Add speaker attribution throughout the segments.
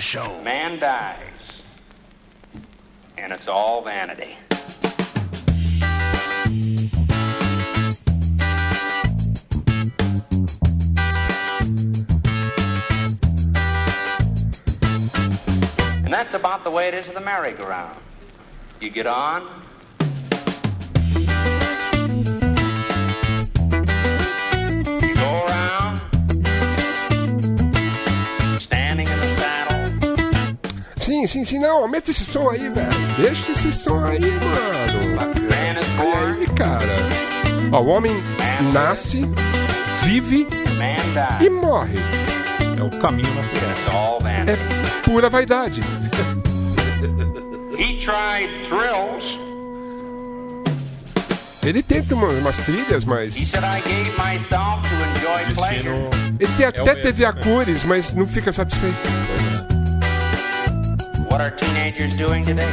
Speaker 1: Show.
Speaker 2: Man dies, and it's all vanity. And that's about the way it is in the merry-go-round. You get on, you go around, standing in the saddle.
Speaker 3: Sim, sim, sim, não, aumenta esse som aí, velho. Deixa esse som aí, mano.
Speaker 2: Man is
Speaker 3: Olha
Speaker 2: born,
Speaker 3: aí, cara. Ó, o homem nasce, vive
Speaker 2: man
Speaker 3: e
Speaker 2: dies.
Speaker 3: morre.
Speaker 4: É o caminho natural.
Speaker 2: It's all
Speaker 3: É
Speaker 2: vanity.
Speaker 3: pura vaidade.
Speaker 2: He tried thrills.
Speaker 3: Ele tenta uma- umas trilhas,
Speaker 2: He
Speaker 3: mas.
Speaker 2: said, I gave myself to enjoy pleasure.
Speaker 4: Destino.
Speaker 3: Ele tem até
Speaker 4: É mesmo.
Speaker 3: TV a cores, mas não fica satisfeito.
Speaker 2: What are teenagers doing today?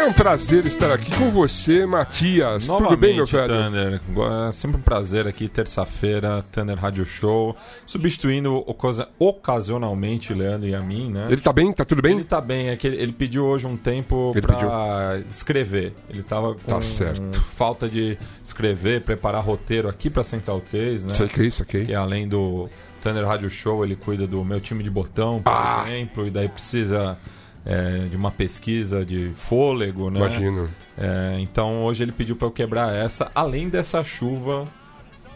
Speaker 3: É um prazer estar aqui com você, Matias.
Speaker 4: Novamente,
Speaker 3: Tudo bem, meu velho?
Speaker 4: Thunder. É sempre um prazer aqui, terça-feira, Thunder Rádio Show. Substituindo ocosa- ocasionalmente Leandro e a mim, né?
Speaker 3: Ele tá bem? Tá tudo bem?
Speaker 4: Ele tá bem, é que ele ele pediu hoje um tempo
Speaker 3: Ele
Speaker 4: pra escrever. Ele tava com
Speaker 3: Tá certo.
Speaker 4: falta de escrever, preparar roteiro aqui pra Central 3, né?
Speaker 3: Isso aqui, isso aqui.
Speaker 4: que além do Thunder Rádio Show, ele cuida do meu time de botão, por
Speaker 3: Ah!
Speaker 4: exemplo, e daí precisa é, de uma pesquisa de fôlego, né?
Speaker 3: Imagino.
Speaker 4: É, então hoje ele pediu pra eu quebrar essa, além dessa chuva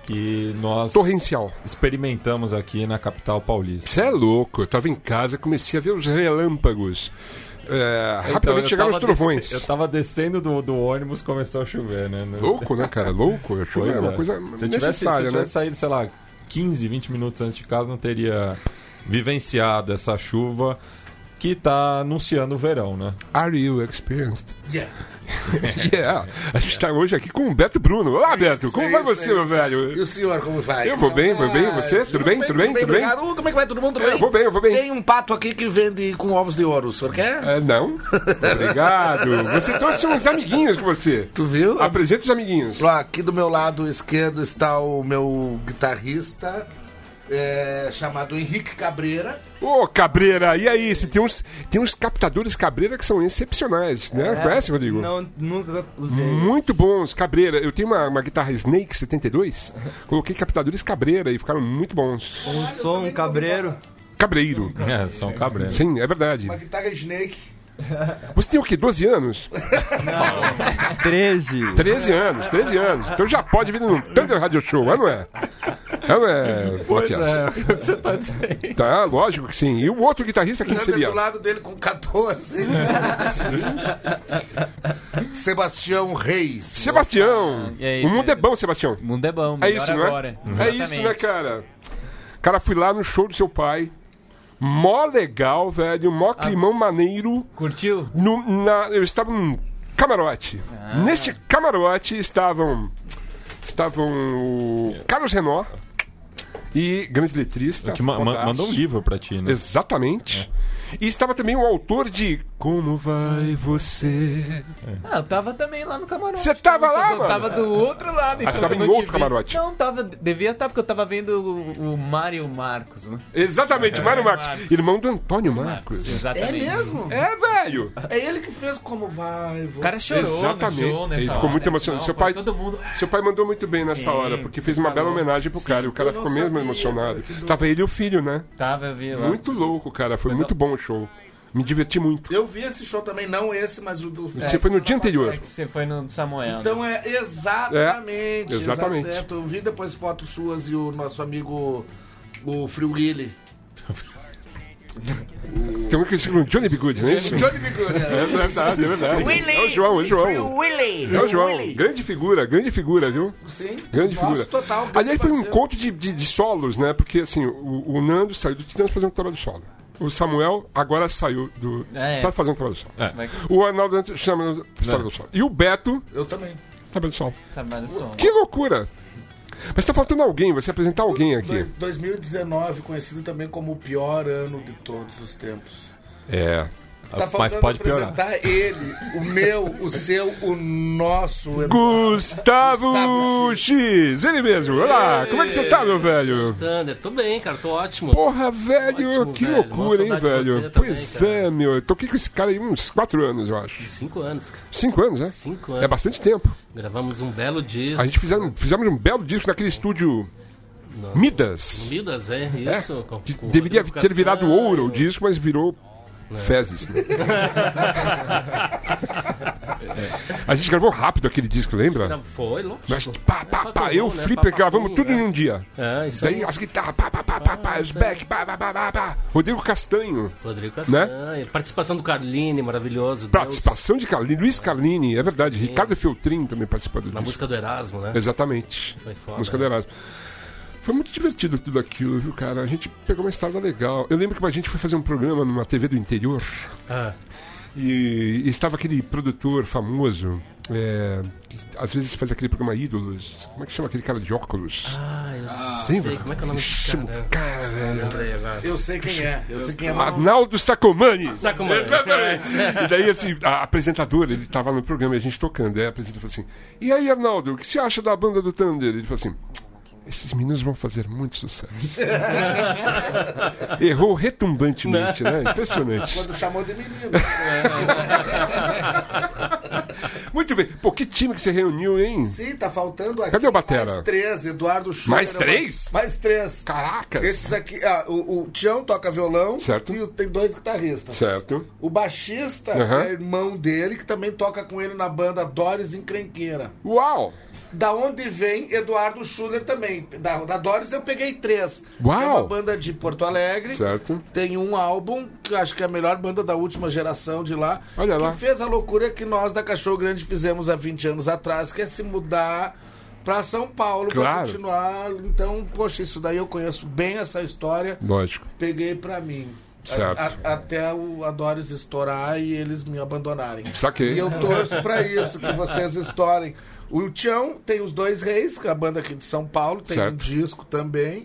Speaker 4: que nós
Speaker 3: Torrencial.
Speaker 4: experimentamos aqui na capital paulista.
Speaker 3: Você é louco. Eu tava em casa, comecei a ver os relâmpagos. É, rapidamente
Speaker 4: Então, eu
Speaker 3: chegaram os
Speaker 4: tava
Speaker 3: trovões.
Speaker 4: desce- Eu tava descendo do, do ônibus, começou a chover, né? No-
Speaker 3: Louco, né, cara? Louco. Eu acho que
Speaker 4: Pois
Speaker 3: é uma
Speaker 4: é.
Speaker 3: coisa
Speaker 4: se eu tivesse, se eu
Speaker 3: necessária,
Speaker 4: tivesse
Speaker 3: né?
Speaker 4: saído, sei lá, 15, 20 minutos antes de casa, não teria vivenciado essa chuva que tá anunciando o verão, né?
Speaker 3: Are you experienced? Yeah. A gente tá hoje aqui com o Beto Bruno. Olá, Beto. como vai
Speaker 5: Isso,
Speaker 3: você,
Speaker 5: isso.
Speaker 3: meu
Speaker 5: E
Speaker 3: velho?
Speaker 5: o senhor, como vai?
Speaker 3: Eu vou bem, vou bem. Você? Tudo bem? Tudo bem? Tudo bem?
Speaker 5: obrigado. Ô, Como é que vai? Tudo bom? Tudo
Speaker 3: Eu
Speaker 5: bem?
Speaker 3: vou bem, eu vou bem.
Speaker 5: Tem um pato aqui que vende com ovos de ouro. O senhor quer?
Speaker 3: É, não. Obrigado. Você trouxe uns amiguinhos com você.
Speaker 5: Tu viu?
Speaker 3: Apresenta os amiguinhos.
Speaker 5: Ó, Aqui do meu lado esquerdo está o meu guitarrista, é, chamado Henrique Cabreira.
Speaker 3: Ô, Cabreira, e aí? Você tem uns, tem uns captadores Cabreira que são excepcionais, né?
Speaker 4: É.
Speaker 3: Conhece, Rodrigo?
Speaker 6: Não, nunca usei.
Speaker 3: Muito bons, Cabreira. Eu tenho uma, uma guitarra Snake 72, coloquei captadores Cabreira e ficaram muito bons.
Speaker 6: Um som, um cabreiro.
Speaker 3: Cabreiro.
Speaker 4: É, só um cabreiro.
Speaker 3: Sim, é verdade.
Speaker 5: Uma guitarra Snake.
Speaker 3: Você tem o quê? 12 anos?
Speaker 6: 13.
Speaker 3: 13 anos, 13 anos. Então já pode vir num Thunder Radio Show, é, não é? É, não é? Matias?
Speaker 4: você tá dizendo.
Speaker 3: Tá, lógico que sim. E o outro guitarrista, quem que
Speaker 5: Anda
Speaker 3: seria?
Speaker 5: do lado dele com 14. Sebastião Reis.
Speaker 3: Sebastião!
Speaker 7: Ah, E aí,
Speaker 3: o mundo é
Speaker 7: beleza?
Speaker 3: bom, Sebastião.
Speaker 7: O mundo é bom,
Speaker 3: É
Speaker 7: melhor
Speaker 3: isso, não
Speaker 7: agora.
Speaker 3: é? É isso, né,
Speaker 7: Exatamente.
Speaker 3: cara? Cara, fui lá no show do seu pai. Mó legal, velho.
Speaker 7: Ah.
Speaker 3: Mó climão maneiro.
Speaker 7: Curtiu?
Speaker 3: No- na- eu estava num camarote.
Speaker 7: Ah.
Speaker 3: Neste camarote estavam. Estavam o Carlos Renó e grande letrista.
Speaker 4: Que ma- ma-
Speaker 3: fodaço.
Speaker 4: mandou um livro pra ti, né? É.
Speaker 3: Exatamente. E estava também o autor de Como Vai Você?
Speaker 7: Ah, eu tava também lá no camarote.
Speaker 3: Você tava
Speaker 7: Então,
Speaker 3: lá,
Speaker 7: eu
Speaker 3: mano? Ah,
Speaker 7: Tava do outro lado. então
Speaker 3: você tava
Speaker 7: eu
Speaker 3: em
Speaker 7: não te
Speaker 3: outro
Speaker 7: vi.
Speaker 3: camarote?
Speaker 7: Não, tava, devia estar, porque eu tava vendo o, o Mário Marcos, né?
Speaker 3: Exatamente, Mário Marcos.
Speaker 7: Marcos.
Speaker 3: Irmão do Antônio Marcos.
Speaker 5: É
Speaker 7: Exatamente.
Speaker 5: mesmo?
Speaker 3: É, velho.
Speaker 5: É ele que fez como vai.
Speaker 7: O cara chorou
Speaker 3: Exatamente.
Speaker 7: no show nessa
Speaker 3: Ele ficou
Speaker 7: hora.
Speaker 3: muito emocionado.
Speaker 7: né? Não,
Speaker 3: Seu
Speaker 7: foi
Speaker 3: pai-
Speaker 7: Todo mundo...
Speaker 3: Seu pai mandou muito bem nessa
Speaker 7: Sim,
Speaker 3: hora, porque fez uma
Speaker 7: falou.
Speaker 3: bela homenagem pro cara. E o cara ficou mesmo emocionado. Tava ele e o filho, né?
Speaker 7: Tava, eu vi lá.
Speaker 3: Muito louco, cara. Foi muito bom o show. Me diverti muito.
Speaker 5: Eu vi esse show também, não esse, mas o do
Speaker 3: Você foi no dia anterior.
Speaker 7: É que você foi no Samuel. né?
Speaker 5: Então é exatamente.
Speaker 3: É, exatamente.
Speaker 5: exa- é, eu vi depois fotos suas e o nosso amigo o Frio Willy.
Speaker 3: Tem um que se chama Johnny Bigood, não é isso?
Speaker 5: Johnny Bigode.
Speaker 3: É verdade, é verdade. É o João, é o João. É o João. Grande figura, grande figura, viu?
Speaker 5: Sim.
Speaker 3: Grande
Speaker 5: Nosso
Speaker 3: figura.
Speaker 5: total.
Speaker 3: Aliás, foi um
Speaker 5: parceiro.
Speaker 3: encontro de, de- de solos, né? Porque assim, o, o Nando saiu do Titãs pra fazer um trabalho solo. O Samuel agora saiu do.
Speaker 7: É.
Speaker 3: pra fazer um trabalho solo.
Speaker 4: É.
Speaker 3: O Arnaldo antes chama pro trabalho
Speaker 1: Né.
Speaker 3: solo. E o Beto,
Speaker 5: Eu também.
Speaker 3: trabalho solo.
Speaker 7: Trabalho som.
Speaker 3: Que loucura! Mas tá faltando alguém, você apresentar alguém aqui.
Speaker 5: Dois- 2019, conhecido também como o pior ano de todos os tempos.
Speaker 3: É.
Speaker 5: Tá faltando
Speaker 4: Mas pode piorar.
Speaker 5: apresentar ele, o meu, o seu, o nosso.
Speaker 3: Gustavo
Speaker 5: Gustavo
Speaker 3: X, ele mesmo. Olá, como é que você tá, meu velho?
Speaker 1: Thunder, tô bem, cara, tô ótimo.
Speaker 3: Porra, velho,
Speaker 1: Ótimo,
Speaker 3: que
Speaker 1: velho. Mó
Speaker 3: loucura, hein,
Speaker 1: saudade de
Speaker 3: velho?
Speaker 1: você também,
Speaker 3: pois
Speaker 1: cara.
Speaker 3: é, meu. Eu toquei com esse cara aí uns 4 anos, eu acho.
Speaker 1: Cinco anos, cara.
Speaker 3: 5 anos, né?
Speaker 1: Cinco
Speaker 3: É
Speaker 1: anos.
Speaker 3: bastante tempo.
Speaker 1: Gravamos um belo disco.
Speaker 3: A gente fizeram, fizemos um belo disco naquele estúdio Midas.
Speaker 1: Midas, é,
Speaker 3: É,
Speaker 1: isso. com-
Speaker 3: que
Speaker 1: com
Speaker 3: deveria
Speaker 1: Rodrigo É.
Speaker 3: ter virado
Speaker 1: Cassano.
Speaker 3: ouro o disco, mas virou fezes. né? A gente gravou rápido aquele disco, lembra?
Speaker 1: Foi, lógico.
Speaker 3: Mas pá, pá,
Speaker 1: É,
Speaker 3: pá,
Speaker 1: papum,
Speaker 3: eu,
Speaker 1: né?
Speaker 3: Flipper,
Speaker 1: Papapum,
Speaker 3: gravamos tudo
Speaker 1: né?
Speaker 3: em um dia.
Speaker 1: É, isso
Speaker 3: Daí
Speaker 1: aí. Ah,
Speaker 3: as guitarras, pá, pá, pá, pá, pá, os back, pá, pá, pá, pá, pá. Rodrigo Castanho.
Speaker 1: Rodrigo Castanha. Participação do Carline, maravilhoso.
Speaker 3: Né?
Speaker 1: Deus.
Speaker 3: Participação de Carlini, Luiz Carlini, é verdade. Ricardo Feltrin também participou do
Speaker 1: Na
Speaker 3: disco.
Speaker 1: música do Erasmo, né?
Speaker 3: Exatamente.
Speaker 1: Foi foda. né?
Speaker 3: Música do Erasmo. Foi muito divertido tudo aquilo, viu, cara? A gente pegou uma estrada legal. Eu lembro que a gente foi fazer um programa numa TV do interior
Speaker 1: Ah,
Speaker 3: e estava aquele produtor famoso, é, que às vezes faz aquele programa Ídolos. Como é que chama aquele cara de óculos?
Speaker 1: ah, eu sei.
Speaker 3: Lembra?
Speaker 1: Como é que é o nome desse
Speaker 3: Chama
Speaker 1: cara?
Speaker 3: o cara, velho.
Speaker 1: Lembrei agora.
Speaker 5: Eu sei quem é. Eu sei quem é. mas-
Speaker 3: Arnaldo Sacomani.
Speaker 1: Sacomani. É,
Speaker 3: Exatamente. e daí, assim, a apresentadora, ele tava no programa e a gente tocando. Aí a apresentadora falou assim: E aí, Arnaldo, o que você acha da banda do Thunder? Ele falou assim. Esses meninos vão fazer muito sucesso. Errou retumbantemente, né? Impressionante.
Speaker 5: Quando chamou de menino.
Speaker 3: Muito bem. Pô, que time que você reuniu, hein?
Speaker 5: Sim, tá faltando aqui.
Speaker 3: Cadê o batera?
Speaker 5: Mais três, Eduardo Schumer.
Speaker 3: Mais três?
Speaker 5: Mais três.
Speaker 3: Caracas!
Speaker 5: Esses aqui, ah, o, o Tião toca violão
Speaker 3: Certo.
Speaker 5: e o- tem dois guitarristas.
Speaker 3: Certo.
Speaker 5: O baixista
Speaker 3: Aham.
Speaker 5: é irmão dele, que também toca com ele na banda Doris Encrenqueira.
Speaker 3: Uau!
Speaker 5: Da onde vem Eduardo Schuller também. Da, da Doris eu peguei três.
Speaker 3: Uau!
Speaker 5: É uma banda de Porto Alegre.
Speaker 3: Certo.
Speaker 5: Tem um álbum, que eu acho que é a melhor banda da última geração de lá.
Speaker 3: Olha
Speaker 5: que
Speaker 3: lá.
Speaker 5: fez a loucura que nós da Cachorro Grande fizemos há 20 anos atrás, que é se mudar pra São Paulo pra
Speaker 3: Claro.
Speaker 5: continuar. Então, poxa, isso daí eu conheço bem essa história.
Speaker 3: Lógico.
Speaker 5: Peguei pra mim. A-
Speaker 3: Certo.
Speaker 5: a- até o Adores estourar e eles me abandonarem.
Speaker 3: Saquei.
Speaker 5: E eu torço pra isso, que vocês estourem. O Tião tem os dois reis, que é a banda aqui de São Paulo, tem
Speaker 3: Certo. Uhum.
Speaker 5: um disco também.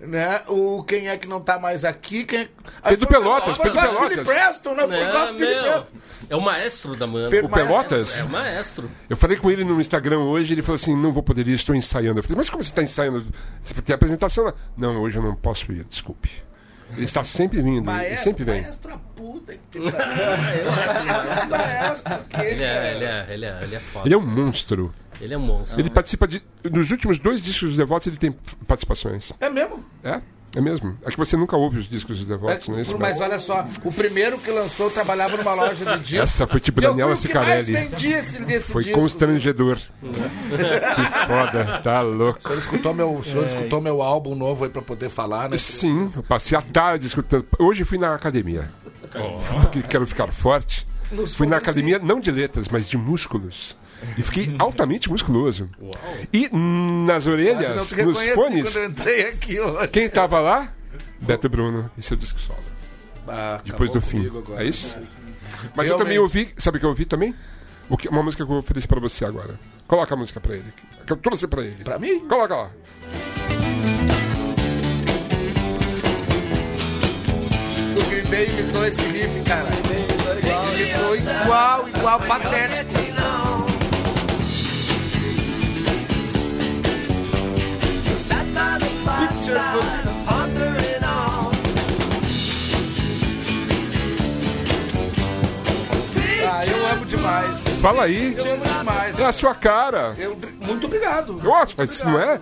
Speaker 5: Né? O quem é que não tá mais aqui? Quem...
Speaker 3: Pedro
Speaker 5: um
Speaker 3: Pelotas, Pedro
Speaker 5: Billy
Speaker 3: Pelotas.
Speaker 5: Preston, né?
Speaker 1: Não,
Speaker 5: Forgot Billy
Speaker 1: meu.
Speaker 5: Preston.
Speaker 1: É o maestro da banda.
Speaker 5: Pedro
Speaker 3: O
Speaker 5: Maestro.
Speaker 3: Pelotas?
Speaker 1: É o maestro.
Speaker 3: Eu falei com ele no Instagram hoje, ele falou assim: não vou poder ir, estou ensaiando. Eu falei, mas como você está ensaiando? Você tem apresentação? lá?" Não, hoje eu não posso ir, desculpe. Ele está sempre vindo, ele
Speaker 5: Maestro,
Speaker 3: sempre vem.
Speaker 5: maestro a puta. que te pariu. maestro, que
Speaker 1: Ele é, ele
Speaker 5: cara?
Speaker 1: é, ele é, ele é foda.
Speaker 3: Ele é um monstro.
Speaker 1: Ele é um monstro.
Speaker 5: Ah.
Speaker 3: Ele participa de. Nos últimos dois discos dos Devotos, ele tem participações.
Speaker 5: É mesmo?
Speaker 3: É? É mesmo? É que você nunca ouve os discos dos Devotos, não é isso?
Speaker 5: mas
Speaker 3: mesmo?
Speaker 5: olha só, o primeiro que lançou trabalhava numa loja de disco.
Speaker 3: Essa foi tipo
Speaker 5: Eu
Speaker 3: Daniela
Speaker 5: fui o que mais
Speaker 3: Sicarelli.
Speaker 5: vendi né? Hum. esse, desse
Speaker 3: Foi
Speaker 5: disco.
Speaker 3: constrangedor. que foda, tá louco.
Speaker 5: O senhor escutou meu, o senhor escutou meu álbum novo aí pra poder falar, né?
Speaker 3: Sim, eu passei a tarde escutando. Hoje fui na academia. Porque quero ficar forte. fui na academia, não de letras, mas de músculos. E
Speaker 5: Uhum.
Speaker 3: fiquei altamente musculoso. E hum, nas
Speaker 5: Mas eu não
Speaker 3: orelhas,
Speaker 5: te
Speaker 3: nos
Speaker 5: reconheci
Speaker 3: fones,
Speaker 5: quando eu entrei aqui hoje.
Speaker 3: quem tava lá? Beto Bruno e seu disco solo.
Speaker 5: Ah,
Speaker 3: Depois
Speaker 5: acabou
Speaker 3: do fim.
Speaker 5: comigo agora.
Speaker 3: É isso? Mas eu
Speaker 5: Realmente.
Speaker 3: também ouvi, sabe o que eu ouvi também? O que- uma música que eu ofereci pra você agora. Coloca a música pra ele. Que eu trouxe pra ele.
Speaker 5: Pra mim?
Speaker 3: Coloca lá.
Speaker 5: O Green Day imitou esse riff, cara. Imitou igual, igual, patético. Picture book. Ah, eu amo demais.
Speaker 3: Fala aí.
Speaker 5: Eu amo demais.
Speaker 3: É a sua cara.
Speaker 5: Eu- muito obrigado.
Speaker 3: Eu acho, mas isso não é?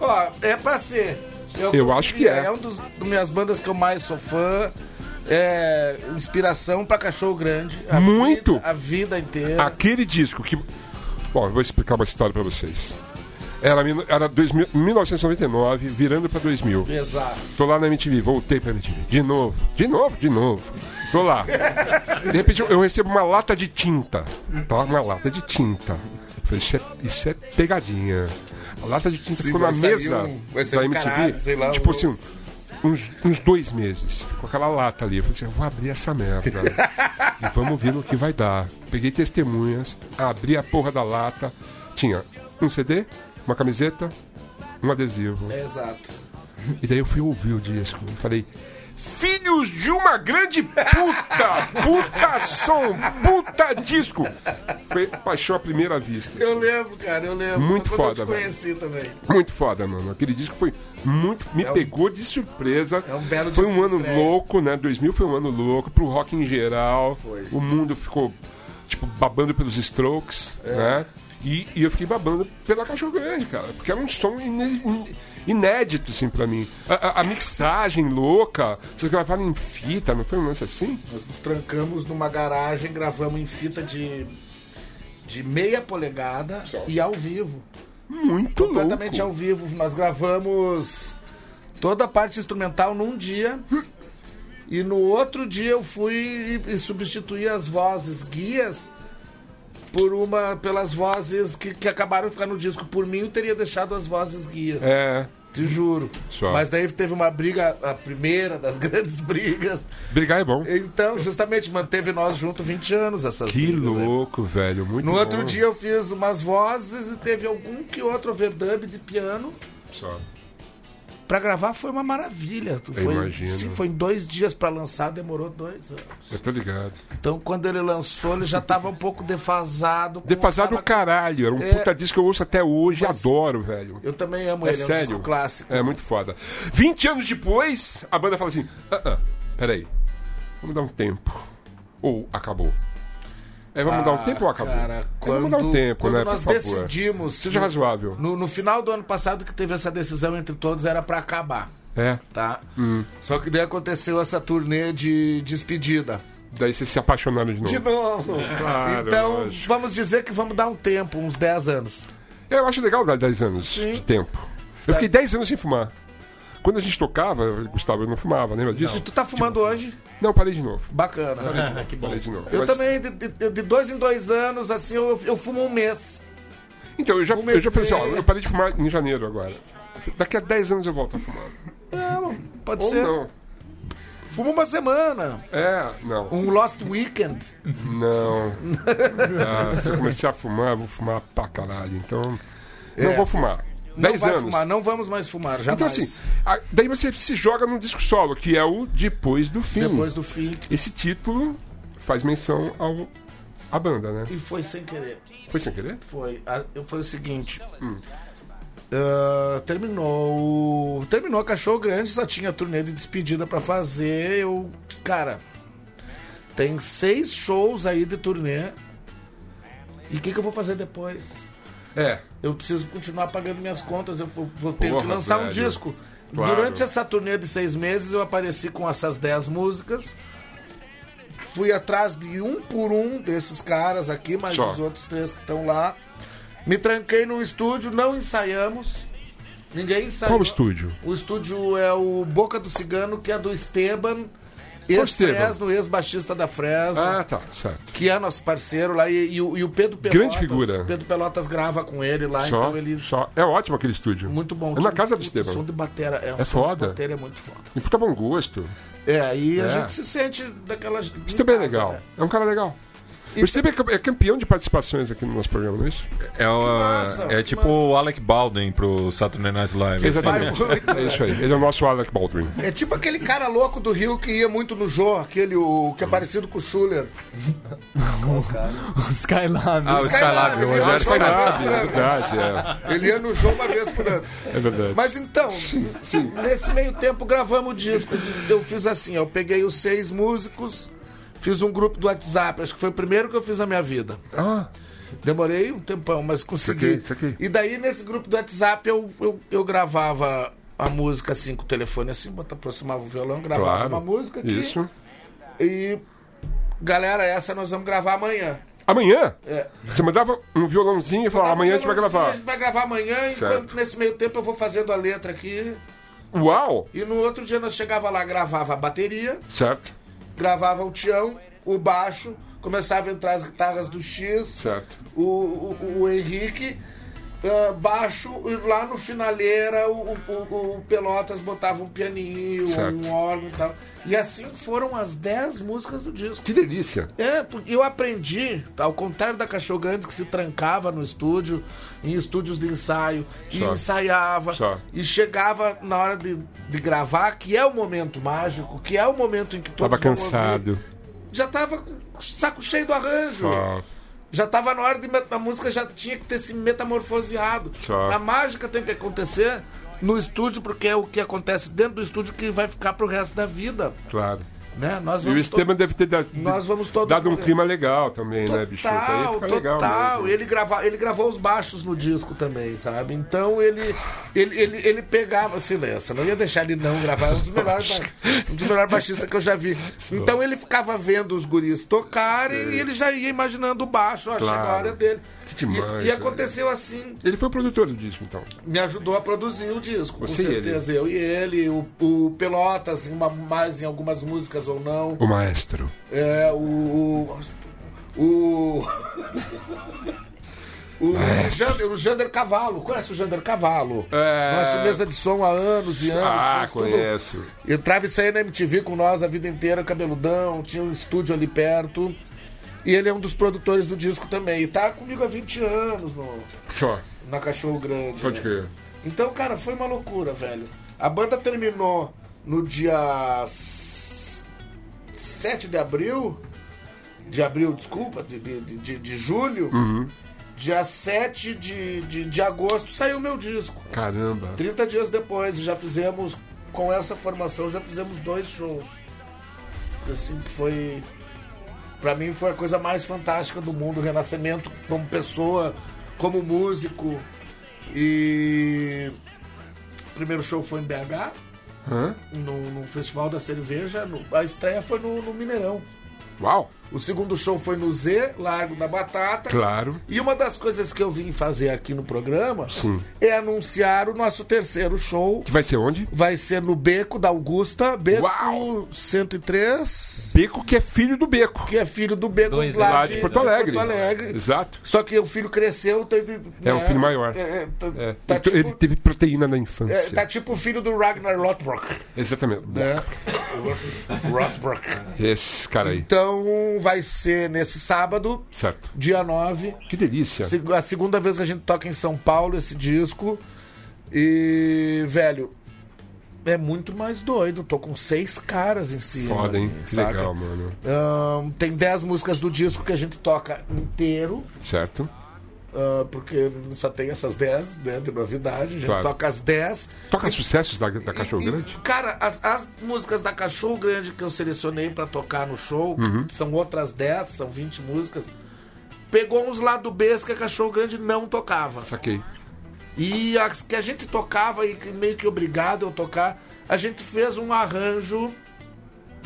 Speaker 5: Ó, é pra ser.
Speaker 3: Eu acho que é.
Speaker 5: É um dos das minhas bandas que eu mais sou fã. É inspiração pra cachorro grande. A
Speaker 3: Muito.
Speaker 5: vida- a vida inteira.
Speaker 3: Aquele disco que. Bom, eu vou explicar uma história pra vocês. Era, mil- era 2000, 1999, virando pra 2000.
Speaker 5: Exato.
Speaker 3: Tô lá na MTV, voltei pra MTV. De novo, de novo, de novo. Tô lá. De repente eu- eu recebo uma lata de tinta. Tá? Uma lata de tinta. Eu Falei, isso é, isso é pegadinha. A lata de tinta ficou na
Speaker 5: vai sair
Speaker 3: mesa
Speaker 5: um- vai sair
Speaker 3: da
Speaker 5: um
Speaker 3: MTV.
Speaker 5: caralho, sei lá,
Speaker 3: tipo
Speaker 5: um-
Speaker 3: assim, uns, uns dois meses. Com aquela lata ali. Eu falei assim, eu vou abrir essa merda. e vamos ver no que vai dar. Peguei testemunhas, abri a porra da lata. Tinha um CD, uma camiseta, um adesivo.
Speaker 5: é Exato.
Speaker 3: E daí eu fui ouvir o disco. Eu falei, Filhos de uma grande puta! Puta som! Puta disco! Foi paixão à primeira vista. assim.
Speaker 5: Eu lembro, cara, eu lembro.
Speaker 3: Muito
Speaker 5: Quando
Speaker 3: foda,
Speaker 5: eu te
Speaker 3: velho.
Speaker 5: conheci também.
Speaker 3: Muito foda, mano. Aquele disco foi muito. Me pegou de surpresa.
Speaker 5: um é um belo
Speaker 3: Foi
Speaker 5: disco
Speaker 3: um
Speaker 5: de
Speaker 3: ano
Speaker 5: estreia.
Speaker 3: louco, né? 2000 foi um ano louco. Pro rock em geral. O mundo ficou, tipo, babando pelos strokes,
Speaker 5: É.
Speaker 3: né? E, e eu fiquei babando pela Cachorro Grande, cara. Porque era um som ine- in- inédito, assim, pra mim. A, a- a mixagem louca. Vocês gravaram em fita, não foi um lance assim?
Speaker 5: Nós nos trancamos numa garagem, gravamos em fita de, de meia polegada e ao vivo.
Speaker 3: Muito
Speaker 5: Completamente
Speaker 3: louco.
Speaker 5: ao vivo. Nós gravamos toda a parte instrumental num dia. E no outro dia eu fui e, e substituí as vozes guias por uma pelas vozes que, que acabaram de ficar no disco. Por mim, eu teria deixado as vozes guias.
Speaker 3: É.
Speaker 5: Te juro.
Speaker 3: Só.
Speaker 5: Mas daí teve uma briga, a primeira das grandes brigas.
Speaker 3: Brigar é bom.
Speaker 5: Então, justamente, manteve nós junto 20 anos essas
Speaker 3: Que
Speaker 5: brigas aí.
Speaker 3: louco, velho. Muito
Speaker 5: No outro
Speaker 3: bom.
Speaker 5: dia eu fiz umas vozes e teve algum que outro overdub de piano.
Speaker 3: Só.
Speaker 5: Pra gravar foi uma maravilha. Tu
Speaker 3: Eu
Speaker 5: foi,
Speaker 3: imagino.
Speaker 5: Sim, foi em dois dias pra lançar, demorou dois anos.
Speaker 3: Eu tô ligado.
Speaker 5: Então quando ele lançou, ele já tava um pouco defasado. com-
Speaker 3: Defasado o
Speaker 5: tava-
Speaker 3: caralho. Era um
Speaker 5: É.
Speaker 3: puta disco que eu ouço até hoje.
Speaker 5: Mas-
Speaker 3: Adoro, velho.
Speaker 5: Eu também amo
Speaker 3: É
Speaker 5: ele, é um
Speaker 3: sério.
Speaker 5: disco clássico.
Speaker 3: É muito foda. 20 anos depois, a banda fala assim: ah, ah, peraí. Vamos dar um tempo. Ou acabou. É, vamos dar um tempo ou acabou?
Speaker 5: Ah, Cara,
Speaker 3: É,
Speaker 5: quando,
Speaker 3: vamos dar um tempo,
Speaker 5: quando
Speaker 3: né?
Speaker 5: nós
Speaker 3: por favor.
Speaker 5: decidimos.
Speaker 3: Seja
Speaker 5: no-
Speaker 3: razoável.
Speaker 5: No, no final do ano passado que teve essa decisão entre todos, era pra acabar,
Speaker 3: É.
Speaker 5: tá? Só que daí aconteceu essa turnê de despedida.
Speaker 3: Daí vocês se apaixonaram de novo.
Speaker 5: De novo.
Speaker 3: Claro,
Speaker 5: então,
Speaker 3: lógico.
Speaker 5: vamos dizer que vamos dar um tempo, uns 10 anos.
Speaker 3: Eu acho legal dar 10 anos de tempo. Eu fiquei 10 anos sem fumar. Quando a gente tocava, Gustavo, eu não fumava, lembra disso?
Speaker 5: E tu tá fumando
Speaker 3: Tipo,
Speaker 5: hoje?
Speaker 3: Não, parei de novo. Tá
Speaker 5: Bacana.
Speaker 1: que bom.
Speaker 3: Parei de novo.
Speaker 5: Eu
Speaker 3: Mas-
Speaker 5: também, de, de- de dois em dois anos, assim, eu, eu fumo um mês.
Speaker 3: Então, eu já, eu já falei assim, ó,
Speaker 5: Comecei-
Speaker 3: eu parei de fumar em janeiro agora. Daqui a 10 anos eu volto a fumar.
Speaker 5: Pode
Speaker 3: Ou
Speaker 5: ser.
Speaker 3: não.
Speaker 5: Fumo uma semana.
Speaker 3: É, não.
Speaker 5: Um Lost Weekend.
Speaker 3: Não. Ah, se eu começar a fumar, eu vou fumar pra caralho. Então, não
Speaker 5: É.
Speaker 3: vou fumar.
Speaker 5: Não
Speaker 3: 10
Speaker 5: vai
Speaker 3: anos.
Speaker 5: fumar, não vamos mais fumar, jamais.
Speaker 3: Então, assim, a- daí você se joga num disco solo, que é o Depois do Fim.
Speaker 5: Depois do fim,
Speaker 3: Esse título faz menção ao a banda, né?
Speaker 5: e foi sem querer.
Speaker 3: Foi sem querer?
Speaker 5: Foi, a- eu- foi o seguinte.
Speaker 3: Hum.
Speaker 5: Ah, terminou. Terminou Cachorro Grande, só tinha turnê de despedida pra fazer. Eu. Cara, tem seis shows aí de turnê. E o que, que eu vou fazer depois?
Speaker 3: É.
Speaker 5: Eu preciso continuar pagando minhas contas. Eu vou, vou ter que
Speaker 3: Porra,
Speaker 5: lançar um
Speaker 3: velho.
Speaker 5: disco.
Speaker 3: Claro.
Speaker 5: Durante essa turnê de seis meses, eu apareci com essas dez músicas. Fui atrás de um por um desses caras aqui, mais
Speaker 3: Só.
Speaker 5: os outros três que estão lá. Me tranquei num estúdio, não ensaiamos. Ninguém ensaiou.
Speaker 3: Qual o estúdio?
Speaker 5: O estúdio é o Boca do Cigano, que é do Esteban,
Speaker 3: Qual
Speaker 5: ex-Fresno, ex-baixista da Fresno
Speaker 3: Ah, tá, certo.
Speaker 5: que é nosso parceiro lá, e, e o e o Pedro Pelotas.
Speaker 3: Grande figura.
Speaker 5: Pedro Pelotas grava com ele lá,
Speaker 3: Só,
Speaker 5: então ele.
Speaker 3: só. É ótimo aquele estúdio.
Speaker 5: Muito bom.
Speaker 3: É na
Speaker 5: Tinha
Speaker 3: casa
Speaker 5: um
Speaker 3: do
Speaker 5: puta som
Speaker 3: Esteban.
Speaker 5: de batera. É, um som
Speaker 3: É
Speaker 5: de
Speaker 3: foda.
Speaker 5: batera é muito foda.
Speaker 3: E puta bom gosto.
Speaker 5: É, e
Speaker 3: É.
Speaker 5: a gente se sente daquela.
Speaker 3: O Esteban é legal.
Speaker 5: né?
Speaker 3: É um cara legal. O Esteban é cam- é campeão de participações aqui no nosso programa, não é isso?
Speaker 4: É, o-
Speaker 5: massa,
Speaker 4: é
Speaker 5: que
Speaker 4: tipo
Speaker 5: massa.
Speaker 4: o Alec Baldwin pro Saturday Night Live. assim.
Speaker 3: Exatamente. É isso aí. Ele é o nosso Alec Baldwin.
Speaker 5: né? É tipo aquele cara louco do Rio que ia muito no Jô, aquele o, que é parecido com o Schuller.
Speaker 7: Skylab.
Speaker 4: Ah, o Skylab, o Rogério
Speaker 3: Sai
Speaker 4: Skylab.
Speaker 3: grave, é verdade. É,
Speaker 5: Ele ia no Jô uma vez por ano.
Speaker 3: é verdade.
Speaker 5: né? Mas então, nesse meio tempo gravamos o disco. Eu fiz assim, eu peguei os seis músicos, fiz um grupo do WhatsApp, acho que foi o primeiro que eu fiz na minha vida.
Speaker 3: Ah,
Speaker 5: Demorei um tempão, mas consegui.
Speaker 3: Isso aqui, isso aqui.
Speaker 5: E daí, nesse grupo do WhatsApp, eu, eu, eu gravava a música assim com o telefone, assim, bota, aproximava o violão, gravava
Speaker 3: claro.
Speaker 5: uma música aqui.
Speaker 3: Isso.
Speaker 5: E. Galera, essa nós vamos gravar amanhã.
Speaker 3: Amanhã?
Speaker 5: É.
Speaker 3: Você mandava um violãozinho e falava, amanhã a gente vai
Speaker 5: A
Speaker 3: gravar.
Speaker 5: gente vai gravar amanhã,
Speaker 3: Certo.
Speaker 5: enquanto nesse meio tempo eu vou fazendo a letra aqui.
Speaker 3: Uau!
Speaker 5: E no outro dia nós chegava lá, gravava a bateria,
Speaker 3: Certo,
Speaker 5: gravava o Tião, o baixo, começava a entrar as guitarras do X.
Speaker 3: certo.
Speaker 5: o, o, o Henrique ah, baixo, e lá no finaleira o, o- o Pelotas botava um pianinho,
Speaker 3: Certo.
Speaker 5: um órgão e tal. E assim foram as 10 músicas do disco.
Speaker 3: Que delícia.
Speaker 5: É, porque eu aprendi, tá, ao contrário da Cachorro Grande que se trancava no estúdio, em estúdios de ensaio, e
Speaker 3: Só.
Speaker 5: ensaiava,
Speaker 3: Só.
Speaker 5: e chegava na hora de, de gravar, que é o momento mágico, que é o momento em que todos
Speaker 3: Tava
Speaker 5: vão ouvir.
Speaker 3: cansado. Ah,
Speaker 5: Já tava com o saco cheio do arranjo.
Speaker 3: Só.
Speaker 5: Já tava na hora de met- a música já tinha que ter se metamorfoseado.
Speaker 3: Só.
Speaker 5: A mágica tem que acontecer no estúdio, porque é o que acontece dentro do estúdio que vai ficar pro resto da vida,
Speaker 3: Claro.
Speaker 5: né? Nós
Speaker 3: E o
Speaker 5: vamos to-
Speaker 3: Esteban deve ter dado,
Speaker 5: Nós vamos todos
Speaker 3: dado um
Speaker 5: fazer.
Speaker 3: clima legal também, né, bicho?
Speaker 5: Total,
Speaker 3: fica legal
Speaker 5: total.
Speaker 3: mesmo.
Speaker 5: Ele, grava, ele gravou os baixos no disco também, sabe? Então ele, ele, ele, ele pegava. Silêncio, não ia deixar ele não gravar. É um dos melhores, ba- um dos melhores baixistas que eu já vi. Então ele ficava vendo os guris tocarem e ele já ia imaginando o baixo. Ó, chegou a hora dele.
Speaker 3: Que demais,
Speaker 5: e, e aconteceu assim.
Speaker 3: Ele foi o produtor do disco, então.
Speaker 5: Me ajudou a produzir o disco, com
Speaker 3: Você e
Speaker 5: certeza. Eu e ele, o, o Pelotas, em uma, mais em algumas músicas ou não.
Speaker 3: O maestro.
Speaker 5: É, o. O. O, o, Jander, o Jander Cavalo. Conhece o Jander Cavalo?
Speaker 3: É.
Speaker 5: Nossa mesa de som há anos e anos.
Speaker 3: ah,
Speaker 5: fez tudo.
Speaker 3: conheço.
Speaker 5: Entrava e saía na MTV com nós a vida inteira, cabeludão. Tinha um estúdio ali perto. E ele é um dos produtores do disco também. E tá comigo há 20 anos no,
Speaker 3: Só,
Speaker 5: na Cachorro Grande.
Speaker 3: pode
Speaker 5: né?
Speaker 3: crer.
Speaker 5: Então, cara, foi uma loucura, velho. A banda terminou no dia s- 7 de abril. De abril, desculpa, de, de, de, de julho. Dia 7 de, de, de agosto saiu meu disco.
Speaker 3: Caramba.
Speaker 5: 30 dias depois, já fizemos, com essa formação, já fizemos dois shows. Assim, que foi. Pra mim, foi a coisa mais fantástica do mundo, o renascimento como pessoa, como músico. E. O primeiro show foi em BH,
Speaker 3: Hã?
Speaker 5: no, no Festival da Cerveja. no- a estreia foi no, no Mineirão.
Speaker 3: Uau.
Speaker 5: O segundo show foi no Z, Largo da Batata.
Speaker 3: Claro.
Speaker 5: E uma das coisas que eu vim fazer aqui no programa
Speaker 3: Sim.
Speaker 5: é anunciar o nosso terceiro show.
Speaker 3: Que vai ser onde?
Speaker 5: Vai ser no Beco da Augusta, Beco
Speaker 3: Uau!
Speaker 5: 103,
Speaker 3: Beco que é filho do Beco.
Speaker 5: que é filho do Beco
Speaker 7: Dois,
Speaker 5: lá,
Speaker 7: né?
Speaker 3: Lá de Porto Alegre.
Speaker 5: Porto Alegre.
Speaker 3: Exato.
Speaker 5: Só que o filho cresceu. Tem,
Speaker 3: É, um filho maior.
Speaker 5: é, é, tá,
Speaker 3: É.
Speaker 5: tá
Speaker 3: ele,
Speaker 5: tipo,
Speaker 3: ele teve proteína na
Speaker 5: é,
Speaker 3: infância.
Speaker 5: tá tipo o filho do Ragnar Lothbrok.
Speaker 3: Exatamente.
Speaker 5: Né? Lothbrok.
Speaker 3: Esse cara aí.
Speaker 5: Então vai ser nesse sábado,
Speaker 3: Certo.
Speaker 5: dia 9.
Speaker 3: Que delícia.
Speaker 5: Se- A segunda vez que a gente toca em São Paulo esse disco. E, velho, é muito mais doido. Tô com seis caras em cima.
Speaker 3: Foda, hein? Que
Speaker 5: saca?
Speaker 3: legal, mano.
Speaker 5: Ahn, tem dez músicas do disco que a gente toca inteiro,
Speaker 3: Certo.
Speaker 5: ah, porque só tem essas dez, né? De novidade. A gente
Speaker 3: Claro.
Speaker 5: toca as dez.
Speaker 3: Toca sucessos da, da Cachorro
Speaker 5: E,
Speaker 3: Grande?
Speaker 5: Cara, as, as músicas da Cachorro Grande que eu selecionei pra tocar no show,
Speaker 3: Uhum.
Speaker 5: que são outras 10, são 20 músicas. Pegou uns lado Bs que a Cachorro Grande não tocava.
Speaker 3: Saquei.
Speaker 5: E as que a gente tocava e que meio que obrigado eu tocar, a gente fez um arranjo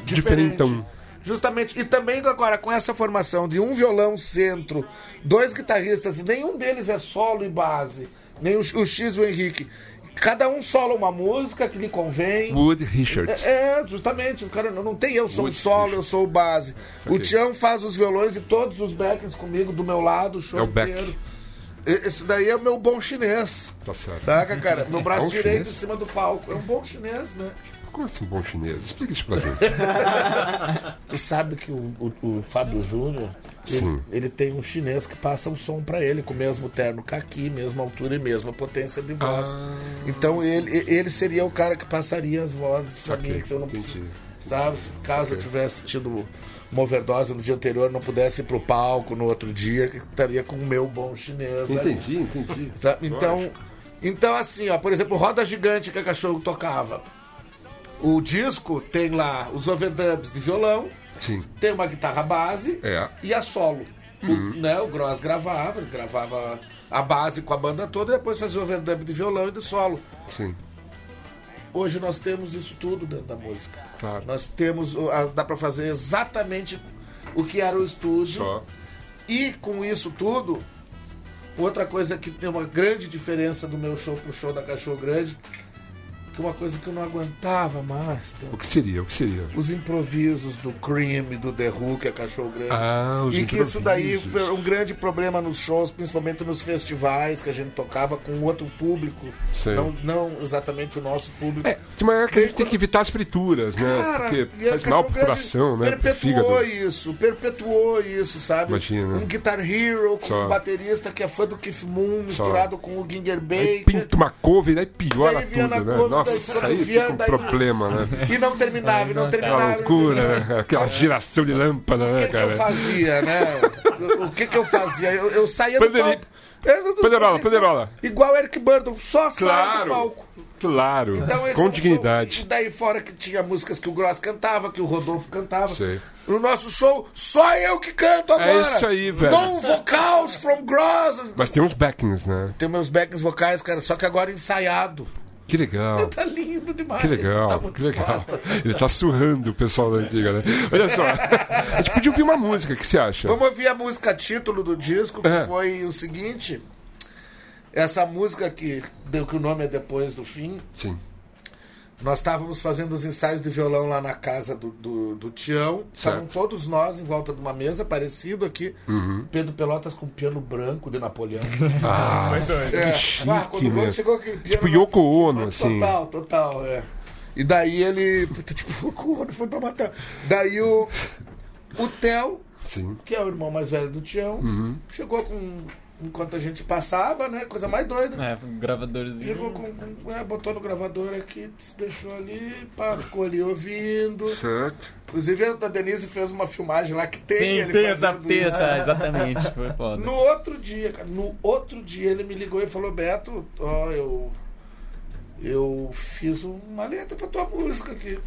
Speaker 5: diferente.
Speaker 3: Diferentão.
Speaker 5: Justamente, e também agora com essa formação de um violão centro, dois guitarristas, e nenhum deles é solo e base, nem o, o X e o Henrique. Cada um solo uma música que lhe convém.
Speaker 3: Wood Richards.
Speaker 5: É, é, justamente, o cara não, não tem eu sou o solo, eu sou o base. O
Speaker 3: Saquei.
Speaker 5: Tião faz os violões e todos os backings comigo, do meu lado, o show
Speaker 3: É o back.
Speaker 5: inteiro. E- Esse daí é o meu bom chinês.
Speaker 3: Tá certo.
Speaker 5: Saca, cara? Meu braço
Speaker 3: Bom
Speaker 5: direito em
Speaker 3: chinês?
Speaker 5: cima do palco. É um bom chinês, né?
Speaker 3: Como assim, bom chinês? Explica isso pra gente.
Speaker 5: Tu sabe que o, o- o Fábio Júnior, ele,
Speaker 3: Sim.
Speaker 5: ele tem um chinês que passa o som pra ele, com o mesmo terno caqui, mesma altura e mesma potência de voz. Então ele, e- ele seria o cara que passaria as vozes pra
Speaker 3: Saquei.
Speaker 5: mim, que eu não
Speaker 3: Entendi.
Speaker 5: preciso. Sabe? Se caso eu tivesse tido uma overdose no dia anterior, não pudesse ir pro palco no outro dia, que estaria com o meu bom chinês. ali.
Speaker 3: Entendi, entendi.
Speaker 5: Tá? Então, então, assim, ó, por exemplo, Roda Gigante que a cachorro tocava. O disco tem lá os overdubs de violão,
Speaker 3: Sim.
Speaker 5: tem uma guitarra base
Speaker 3: É. Uhum.
Speaker 5: e a solo. O, né, o Gross gravava, ele gravava a base com a banda toda e depois fazia o overdub de violão e de solo.
Speaker 3: Sim.
Speaker 5: Hoje nós temos isso tudo dentro da música.
Speaker 3: Claro.
Speaker 5: Nós temos, o- a- dá pra fazer exatamente o que era o estúdio.
Speaker 3: Só.
Speaker 5: E com isso tudo, outra coisa que tem uma grande diferença do meu show pro show da Cachorro Grande que uma coisa que eu não aguentava mais. tá?
Speaker 3: O que seria? O que seria?
Speaker 5: Os improvisos do Cream, do The Who, que é cachorro grande.
Speaker 3: Ah, os
Speaker 5: e que isso daí
Speaker 3: improvisos.
Speaker 5: foi um grande problema nos shows, principalmente nos festivais que a gente tocava com outro público.
Speaker 3: Sei.
Speaker 5: Não, não exatamente o nosso público.
Speaker 3: É, de maneira que a gente tem que evitar as frituras, né?
Speaker 5: e
Speaker 3: Porque
Speaker 5: a
Speaker 3: faz
Speaker 5: Cachorro
Speaker 3: mal pro
Speaker 5: Grande
Speaker 3: coração, né? Pro
Speaker 5: Perpetuou
Speaker 3: fígado.
Speaker 5: isso, perpetuou isso, sabe?
Speaker 3: Imagina.
Speaker 5: Um Guitar Hero com
Speaker 3: Só.
Speaker 5: um baterista que é fã do Keith Moon, misturado com o Ginger
Speaker 3: Aí
Speaker 5: Baker.
Speaker 3: pinta uma couve, daí piora
Speaker 5: Daí vira
Speaker 3: tudo,
Speaker 5: na
Speaker 3: né?
Speaker 5: couve, daí
Speaker 3: Nossa, aí
Speaker 5: vira-
Speaker 3: fica um
Speaker 5: daí-
Speaker 3: problema, né?
Speaker 5: E não terminava, e não
Speaker 3: Aquela
Speaker 5: terminava. e não
Speaker 3: loucura, né? Aquela giração de lâmpada,
Speaker 5: O
Speaker 3: né,
Speaker 5: que, que eu
Speaker 3: cara?
Speaker 5: fazia, né? O que, que eu fazia? Eu, eu saía
Speaker 3: Panderi-
Speaker 5: do palco. Eu não-
Speaker 3: Panderola, panderola.
Speaker 5: Igual Eric Burden, só saia do
Speaker 3: Claro,
Speaker 5: palco.
Speaker 3: claro.
Speaker 5: Então, esse é
Speaker 3: Com
Speaker 5: um show.
Speaker 3: dignidade.
Speaker 5: E daí fora que tinha músicas que o Gross cantava, que o Rodolfo cantava.
Speaker 3: Sei. É
Speaker 5: No nosso show, só eu que canto agora.
Speaker 3: isso aí, velho.
Speaker 5: Non vocals from Gross.
Speaker 3: Mas tem uns backings, né?
Speaker 5: Tem meus backings vocais, cara, só que agora ensaiado.
Speaker 3: Que legal.
Speaker 5: Tá lindo demais.
Speaker 3: Que legal,
Speaker 5: Tá muito
Speaker 3: que legal.
Speaker 5: foda.
Speaker 3: Ele tá surrando o pessoal da antiga, né? Olha só, a gente podia ouvir uma música, o que você acha?
Speaker 5: Vamos ouvir a música título do disco, que
Speaker 3: É.
Speaker 5: foi o seguinte. Essa música que deu que o nome é Depois do Fim.
Speaker 3: Sim,
Speaker 5: Nós estávamos fazendo os ensaios de violão lá na casa do, do, do Tião. Estavam
Speaker 3: Certo. Uhum.
Speaker 5: todos nós em volta de uma mesa, parecido aqui. Pedro Pelotas com piano branco de Napoleão. É.
Speaker 3: chique,
Speaker 5: Ah, quando o Gomes
Speaker 3: né?
Speaker 5: chegou aqui, piano
Speaker 3: Tipo Yoko Ono, assim.
Speaker 5: Total, total, é. E daí ele. Puta, tipo, o Ono foi pra matar. Daí o. O Theo
Speaker 3: sim.
Speaker 5: que é o irmão mais velho do Tião,
Speaker 3: Uhum.
Speaker 5: chegou com. Enquanto a gente passava, né? Coisa mais doida.
Speaker 7: É,
Speaker 5: Chegou
Speaker 7: gravadorzinho.
Speaker 5: com. com- é, botou no gravador aqui, deixou ali, pá, ficou ali ouvindo.
Speaker 3: Certo.
Speaker 5: Inclusive a Denise fez uma filmagem lá que tem,
Speaker 7: Tem,
Speaker 5: ele
Speaker 7: tem essa
Speaker 5: fazendo isso.
Speaker 7: peça, é, exatamente. Foi foda.
Speaker 5: No outro dia, cara, no outro dia ele me ligou e falou, Beto, ó, eu. Eu fiz uma letra pra tua música aqui.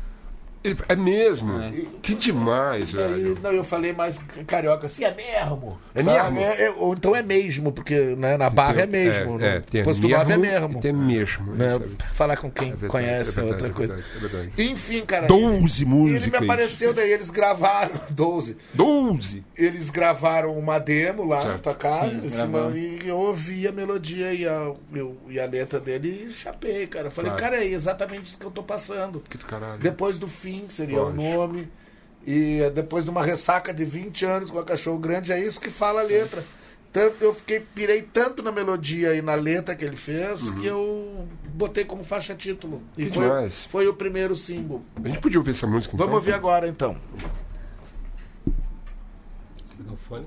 Speaker 3: Ele- É mesmo?
Speaker 7: É.
Speaker 3: Que demais,
Speaker 5: Daí,
Speaker 3: velho.
Speaker 5: não, eu falei mais carioca assim, é mesmo.
Speaker 3: É mesmo?
Speaker 5: É, é, ou então é mesmo, porque né, na barra é mesmo.
Speaker 3: É,
Speaker 5: né?
Speaker 3: é, tem
Speaker 5: Posto do Nove é mesmo.
Speaker 3: e Tem mesmo.
Speaker 5: né?
Speaker 3: isso é verdade,
Speaker 5: Falar com quem conhece é,
Speaker 3: é verdade,
Speaker 5: outra
Speaker 3: é
Speaker 5: coisa.
Speaker 3: verdade, é verdade.
Speaker 5: Enfim, cara.
Speaker 3: Doze
Speaker 5: ele- ele me
Speaker 3: músicas.
Speaker 5: apareceu, daí eles gravaram 12.
Speaker 3: Doze.
Speaker 5: Eles gravaram uma demo lá na
Speaker 3: Certo.
Speaker 5: tua casa,
Speaker 7: Sim,
Speaker 5: em cima,
Speaker 7: gravaram.
Speaker 5: e eu ouvi a melodia e a, eu- e a letra dele e chapei, cara. Falei,
Speaker 3: Claro.
Speaker 5: cara, é exatamente isso que eu tô passando.
Speaker 3: Que do caralho.
Speaker 5: Depois do fim, que seria
Speaker 3: Lógico.
Speaker 5: o nome. E depois de uma ressaca de 20 anos com a Cachorro Grande, é isso que fala a letra. Tanto, eu fiquei, pirei tanto na melodia e na letra que ele fez que eu botei como faixa título. E
Speaker 3: Que
Speaker 5: foi,
Speaker 3: demais.
Speaker 5: foi o primeiro símbolo.
Speaker 3: A gente podia ouvir essa música então?
Speaker 5: Vamos ouvir agora então.
Speaker 3: um
Speaker 1: Pegar o fone.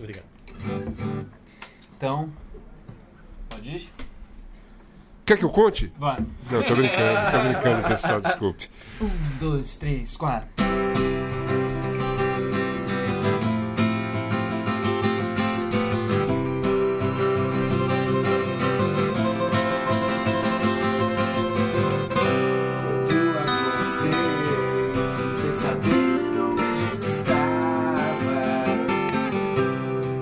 Speaker 1: Obrigado.
Speaker 7: Então. Pode ir?
Speaker 3: Quer que eu conte?
Speaker 7: Vai.
Speaker 3: Não, tô brincando, tô brincando, pessoal, desculpe.
Speaker 7: Um, dois, três, quatro.
Speaker 8: Quando acordei, sem saber onde estava,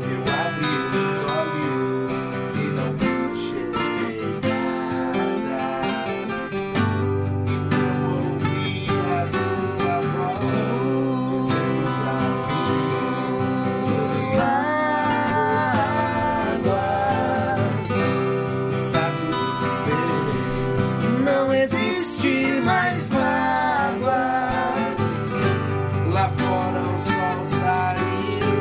Speaker 8: eu abri os olhos e não enxerguei nada. E não ouvi a sua voz dizendo pra mim: Tome água, está tudo bem. Não existe mais mágoas. Lá fora o sol saiu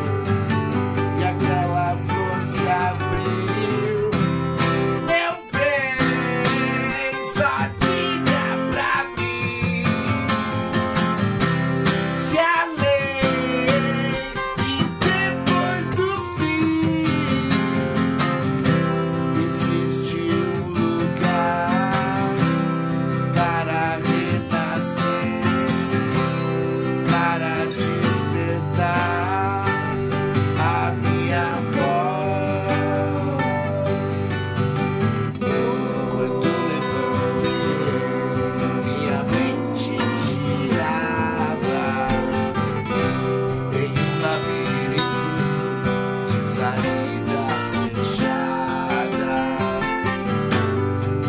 Speaker 8: e aquela flor se abriu. Meu bem, só diga pra mim se a lei que depois do fim existe um lugar para renascer, para despertar a minha voz. Quando levantei, minha mente girava em um labirinto de saídas fechadas.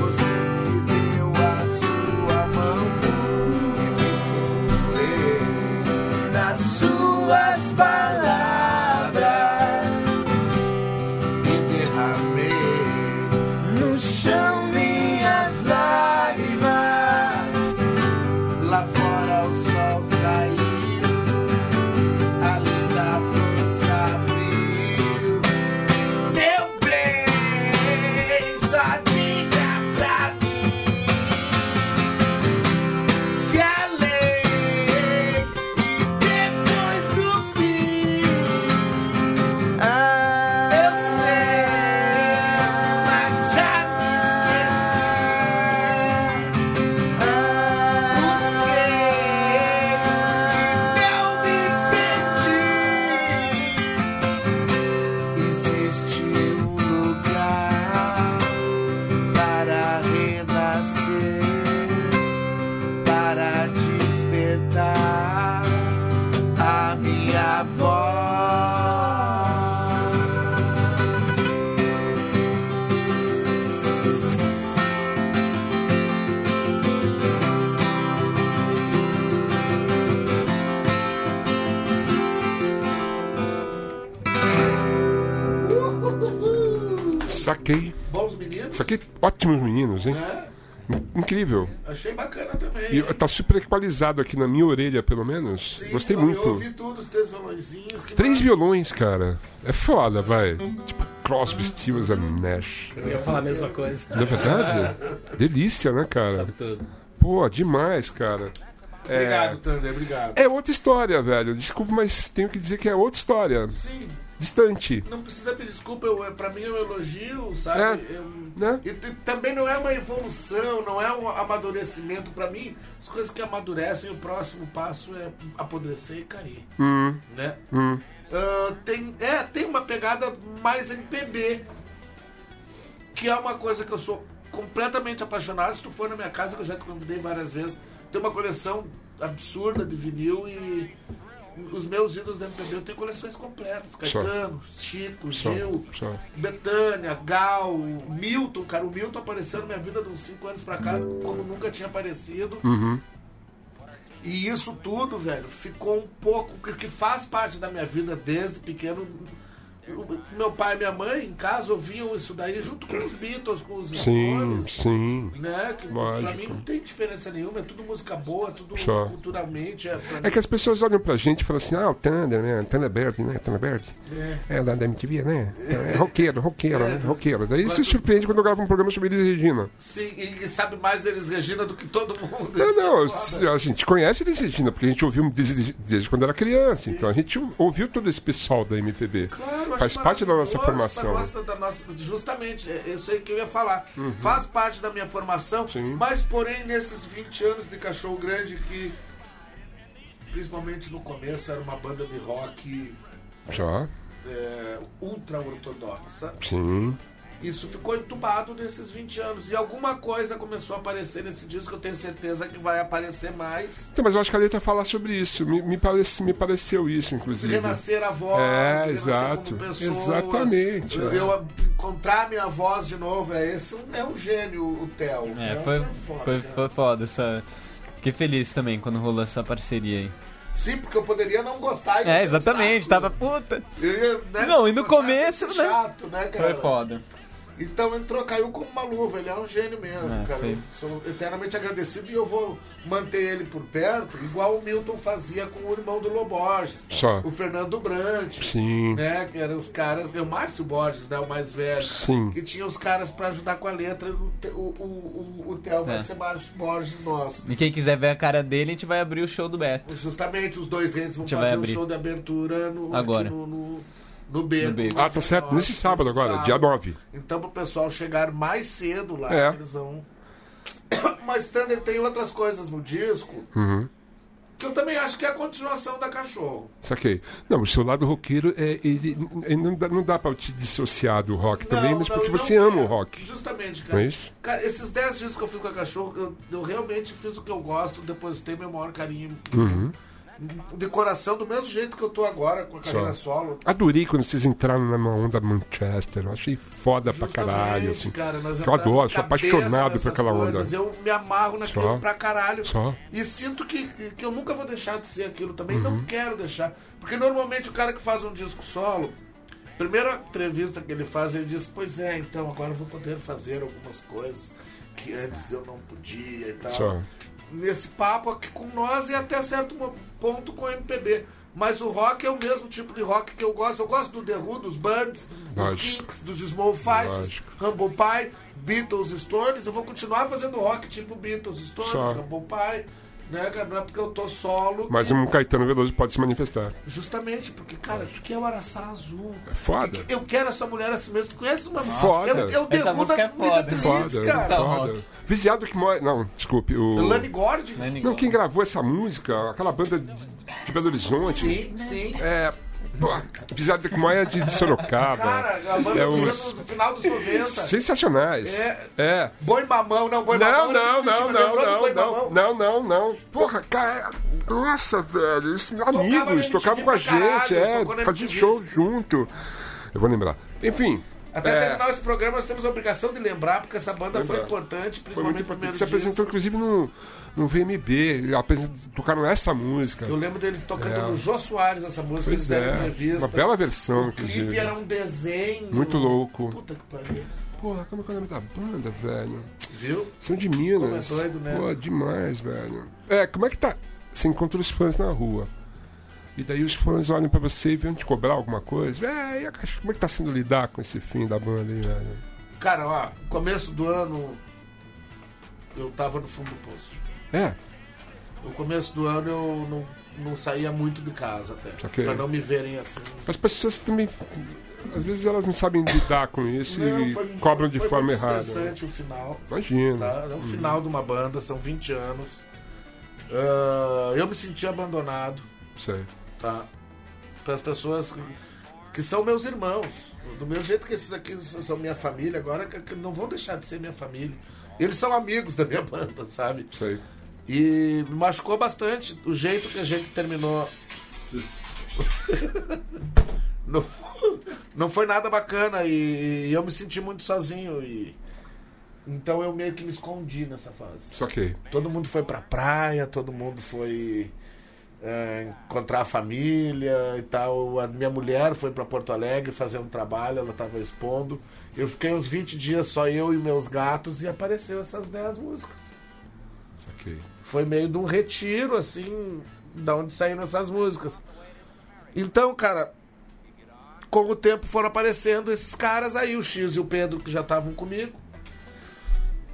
Speaker 8: Você me deu a sua mão e me segurei nas suas palavras. Me derramei no chão minhas um
Speaker 3: Saquei.
Speaker 5: Bons meninos.
Speaker 3: Saquei ótimos meninos, hein?
Speaker 5: né?
Speaker 3: Incrível.
Speaker 5: Achei bacana também.
Speaker 3: E tá super equalizado aqui na minha orelha, pelo menos.
Speaker 5: Sim,
Speaker 3: Gostei
Speaker 5: eu- Eu
Speaker 3: muito.
Speaker 5: ouvi tudo, os três violõezinhos. que
Speaker 3: Três
Speaker 5: massa.
Speaker 3: violões, cara. É foda, vai. Tipo Crosby, Stills and Nash.
Speaker 1: Eu ia falar a mesma coisa.
Speaker 3: Não é verdade? Delícia, né, cara?
Speaker 1: Sabe tudo.
Speaker 3: Pô, demais, cara. É,
Speaker 5: Obrigado, Thunder, obrigado.
Speaker 3: É outra história, velho. Desculpa, mas tenho que dizer que é outra história.
Speaker 5: Sim,
Speaker 3: Distante,
Speaker 5: não precisa pedir desculpa, eu, é- pra mim é um elogio, sabe? um
Speaker 3: É.
Speaker 5: Eu-
Speaker 3: né?
Speaker 5: E t- também não é uma evolução, não é um amadurecimento. Pra mim, as coisas que amadurecem, o próximo passo é apodrecer e cair.
Speaker 3: Hum,
Speaker 5: Né?
Speaker 3: hum.
Speaker 5: Ah, tem, é, tem uma pegada mais MPB. Que é uma coisa que eu sou completamente apaixonado. Se tu for na minha casa, que eu já te convidei várias vezes, tem uma coleção absurda de vinil e os meus ídolos da MPB eu tenho coleções completas.
Speaker 3: Só.
Speaker 5: Caetano, Chico,
Speaker 3: Só,
Speaker 5: Gil,
Speaker 3: só.
Speaker 5: Betânia, Gal, Milton, cara, o Milton apareceu na minha vida de uns 5 anos pra cá, como nunca tinha aparecido.
Speaker 3: Uhum.
Speaker 5: E isso tudo, velho, ficou um pouco que, que faz parte da minha vida desde pequeno. O- Meu pai e minha mãe em casa ouviam isso daí junto com os Beatles, com os
Speaker 3: Sim,
Speaker 5: Stones,
Speaker 3: sim.
Speaker 5: né? Que pra
Speaker 3: Lógico.
Speaker 5: mim não tem diferença nenhuma, é tudo música boa, tudo
Speaker 3: Só.
Speaker 5: culturalmente. É, pra
Speaker 3: É que as pessoas olham pra gente e falam assim, ah, o Thunder, né? Thunderbird, né? Thunderbird. É, lá da MTV, né? É roqueiro, roqueiro, né? Roqueiro. Daí você se surpreende quando eu gravo um programa sobre Elis Regina.
Speaker 5: Sim, e, e sabe mais deles, Regina, do que todo mundo.
Speaker 3: Não,
Speaker 5: Isso é foda.
Speaker 3: não, se- a gente conhece Elis Regina, porque a gente ouviu desde, desde quando era criança. Então a gente ouviu todo esse pessoal da MPB.
Speaker 5: Claro, acho
Speaker 3: Faz parte da nossa
Speaker 5: maravilhoso,
Speaker 3: formação. Uhum.
Speaker 5: gosta da nossa- justamente, é isso aí que eu ia falar. Faz parte da minha formação,
Speaker 3: Sim.
Speaker 5: mas porém nesses 20 anos de cachorro grande que principalmente no começo era uma banda de rock
Speaker 3: Já,
Speaker 5: é, ultra ortodoxa.
Speaker 3: sim.
Speaker 5: Isso ficou entubado nesses 20 anos. E alguma coisa começou a aparecer nesse disco, eu tenho certeza que vai aparecer mais.
Speaker 3: Então, mas eu acho que a letra fala sobre isso. Me, me, parece, me pareceu isso, inclusive.
Speaker 5: Renascer a voz,
Speaker 3: É,
Speaker 5: renascer
Speaker 3: exato.
Speaker 5: como pessoa.
Speaker 3: Exatamente,
Speaker 5: Eu,
Speaker 3: é.
Speaker 5: eu encontrar minha voz de novo, é esse um- é um gênio, o Theo.
Speaker 7: É,
Speaker 5: um-
Speaker 7: foi,
Speaker 5: um foda,
Speaker 7: foi,
Speaker 5: cara.
Speaker 7: foi foda essa. Fiquei feliz também quando rolou essa parceria aí.
Speaker 5: Sim, porque eu poderia não gostar e
Speaker 7: É,
Speaker 5: ser
Speaker 7: exatamente,
Speaker 5: um saco.
Speaker 7: tava puta.
Speaker 5: Eu ia, né,
Speaker 7: Não,
Speaker 5: se
Speaker 7: e no
Speaker 5: gostasse,
Speaker 7: começo,
Speaker 5: ia ser
Speaker 7: né?
Speaker 5: chato, né, cara?
Speaker 7: Foi foda.
Speaker 5: Então entrou, caiu como uma luva, ele é um gênio mesmo,
Speaker 7: É,
Speaker 5: cara.
Speaker 7: foi.
Speaker 5: Eu Sou eternamente agradecido e eu vou manter ele por perto, igual o Milton fazia com o irmão do Loborges,
Speaker 3: Só.
Speaker 5: o Fernando Brant.
Speaker 3: Sim.
Speaker 5: né? Que eram os caras, o Márcio Borges, né? O mais velho.
Speaker 3: Sim.
Speaker 5: Que tinha os caras pra ajudar com a letra. O, Te- o, o, o, o Theo vai
Speaker 7: É.
Speaker 5: ser Márcio Borges nosso.
Speaker 7: E quem quiser ver a cara dele, a gente vai abrir o show do Beto.
Speaker 5: Justamente os dois reis vão
Speaker 7: gente vai
Speaker 5: fazer o
Speaker 7: abrir.
Speaker 5: show de abertura no,
Speaker 7: Agora.
Speaker 5: aqui no, no, no Beco.
Speaker 7: No Beco.
Speaker 3: Ah, tá certo. Nesse sábado agora, dia 9.
Speaker 5: Então pro pessoal chegar mais cedo lá,
Speaker 3: É.
Speaker 5: eles vão. Mas Thunder tem outras coisas no disco
Speaker 3: Uhum.
Speaker 5: que eu também acho que é a continuação da Cachorro.
Speaker 3: Saquei. Não, o seu lado roqueiro, é, ele, ele não dá, não dá pra te dissociar do rock também,
Speaker 5: Não,
Speaker 3: mas
Speaker 5: não,
Speaker 3: porque
Speaker 5: eu não
Speaker 3: você ama o
Speaker 5: quero.
Speaker 3: rock.
Speaker 5: Justamente, cara.
Speaker 3: Não é isso?
Speaker 5: Cara, esses 10 discos que eu fiz com a cachorro, eu, eu realmente fiz o que eu gosto, depositei meu maior carinho.
Speaker 3: Uhum.
Speaker 5: De coração, do mesmo jeito que eu tô agora com a carreira solo.
Speaker 3: Adorei quando vocês entraram na onda Manchester. Eu achei foda pra
Speaker 5: Justamente,
Speaker 3: caralho, assim.
Speaker 5: cara, nós
Speaker 3: Eu
Speaker 5: entramos
Speaker 3: adoro,
Speaker 5: de
Speaker 3: sou
Speaker 5: cabeça
Speaker 3: apaixonado
Speaker 5: nessas
Speaker 3: por aquela onda.
Speaker 5: coisas, Eu me amarro naquilo
Speaker 3: Só.
Speaker 5: pra caralho.
Speaker 3: Só.
Speaker 5: E sinto que, que eu nunca vou deixar de ser aquilo também, não quero deixar. Porque normalmente o cara que faz um disco solo, primeira entrevista que ele faz, ele diz, pois é, então agora eu vou poder fazer algumas coisas que antes eu não podia e tal.
Speaker 3: Só.
Speaker 5: Nesse papo aqui com nós e até certo mo- ponto com o MPB. Mas o rock é o mesmo tipo de rock que eu gosto. Eu gosto do The Who, dos Birds, dos
Speaker 3: Lógico.
Speaker 5: Kinks, dos Small Faces,
Speaker 3: Lógico.
Speaker 5: Humble Pie, Beatles, Stones. Eu vou continuar fazendo rock tipo Beatles, Stones,
Speaker 3: Só.
Speaker 5: Humble Pie, né, cara? Não é porque eu tô solo.
Speaker 3: Mas um Caetano Veloso pode se manifestar.
Speaker 5: Justamente porque, cara, o que é o Araçá Azul?
Speaker 3: É foda.
Speaker 5: Eu quero essa mulher assim mesmo. Tu conhece uma
Speaker 3: Foda.
Speaker 5: Eu, eu
Speaker 7: Essa
Speaker 5: derrubo
Speaker 7: música é
Speaker 5: a Olivia
Speaker 7: foda. Então,
Speaker 5: Trix,
Speaker 3: Foda.
Speaker 5: cara.
Speaker 3: foda. Viziado que morre. Não, desculpe. O...
Speaker 5: Lani Gordon.
Speaker 3: Não, quem gravou essa música, aquela banda de de Belo Horizonte.
Speaker 5: Sim, sim.
Speaker 3: É. pô, Viziado que morre é de de Sorocaba.
Speaker 5: Cara, a banda
Speaker 3: é
Speaker 5: dos
Speaker 3: os
Speaker 5: anos, no final dos 90.
Speaker 3: sensacionais.
Speaker 5: É.
Speaker 3: é.
Speaker 5: Boi mamão, não, boi
Speaker 3: Não,
Speaker 5: mamão. era
Speaker 3: não, não,
Speaker 5: do Curitiba, lembrou do
Speaker 3: não,
Speaker 5: boi
Speaker 3: não, não,
Speaker 5: mamão?
Speaker 3: não, não, não. Porra, cara, nossa, velho, esses
Speaker 5: na
Speaker 3: amigos
Speaker 5: MTV
Speaker 3: tocavam com a
Speaker 5: pra caralho,
Speaker 3: gente, é,
Speaker 5: tocou na
Speaker 3: faziam
Speaker 5: MTV.
Speaker 3: show junto. Eu vou lembrar. Enfim,
Speaker 5: Até
Speaker 3: É.
Speaker 5: terminar esse programa, nós temos a obrigação de lembrar, porque essa banda foi
Speaker 3: Lembrar.
Speaker 5: importante,
Speaker 3: Foi
Speaker 5: principalmente
Speaker 3: muito
Speaker 5: no
Speaker 3: importante.
Speaker 5: primeiro
Speaker 3: Se apresentou,
Speaker 5: disco.
Speaker 3: inclusive, no, no VMB. Apres- Tocaram essa música.
Speaker 5: Eu lembro deles tocando
Speaker 3: É.
Speaker 5: no Jô Soares essa música, eles
Speaker 3: Pois
Speaker 5: deram
Speaker 3: é.
Speaker 5: entrevista.
Speaker 3: Uma bela versão,
Speaker 5: O clipe
Speaker 3: inclusive.
Speaker 5: era um desenho.
Speaker 3: Muito louco.
Speaker 5: Puta que pariu.
Speaker 3: Porra, como é que é o nome da banda, velho?
Speaker 5: Viu?
Speaker 3: São de Minas.
Speaker 5: Como é doido, né?
Speaker 3: Pô, demais, velho. É, como é que tá? Você encontra os fãs na rua. E daí os fãs olham pra você e vêm te cobrar alguma coisa. É, e a caixa- como é que tá sendo lidar com esse fim da banda aí, velho?
Speaker 5: Cara, ó, começo do ano eu tava no fundo do poço.
Speaker 3: É,
Speaker 5: No começo do ano eu não, não saía muito de casa até.
Speaker 3: Saquei.
Speaker 5: Pra não me verem assim.
Speaker 3: as pessoas também. Às vezes elas não sabem lidar com isso e cobram de
Speaker 5: foi
Speaker 3: forma
Speaker 5: muito
Speaker 3: errada. né?
Speaker 5: estressante o final.
Speaker 3: Imagina.
Speaker 5: Tá? É o final de uma banda, são 20 anos. Ah, eu me senti abandonado,
Speaker 3: Isso aí.
Speaker 5: tá? Pelas pessoas que- que são meus irmãos. Do mesmo jeito que esses aqui são minha família, agora que- que não vão deixar de ser minha família. Eles são amigos da minha banda, sabe?
Speaker 3: Isso aí.
Speaker 5: E me machucou bastante o jeito que a gente terminou. não, não foi nada bacana e eu me senti muito sozinho e então eu meio que me escondi nessa fase.
Speaker 3: Só que.
Speaker 5: Todo mundo foi pra praia, todo mundo foi é, encontrar a família e tal. A minha mulher foi pra Porto Alegre fazer um trabalho, ela tava expondo. Eu fiquei uns 20 dias só eu e meus gatos e apareceu essas 10 músicas
Speaker 3: Só que.
Speaker 5: foi meio de um retiro, assim, da onde saíram essas músicas. Então, cara, com o tempo foram aparecendo esses caras aí, o X e o Pedro, que já estavam comigo.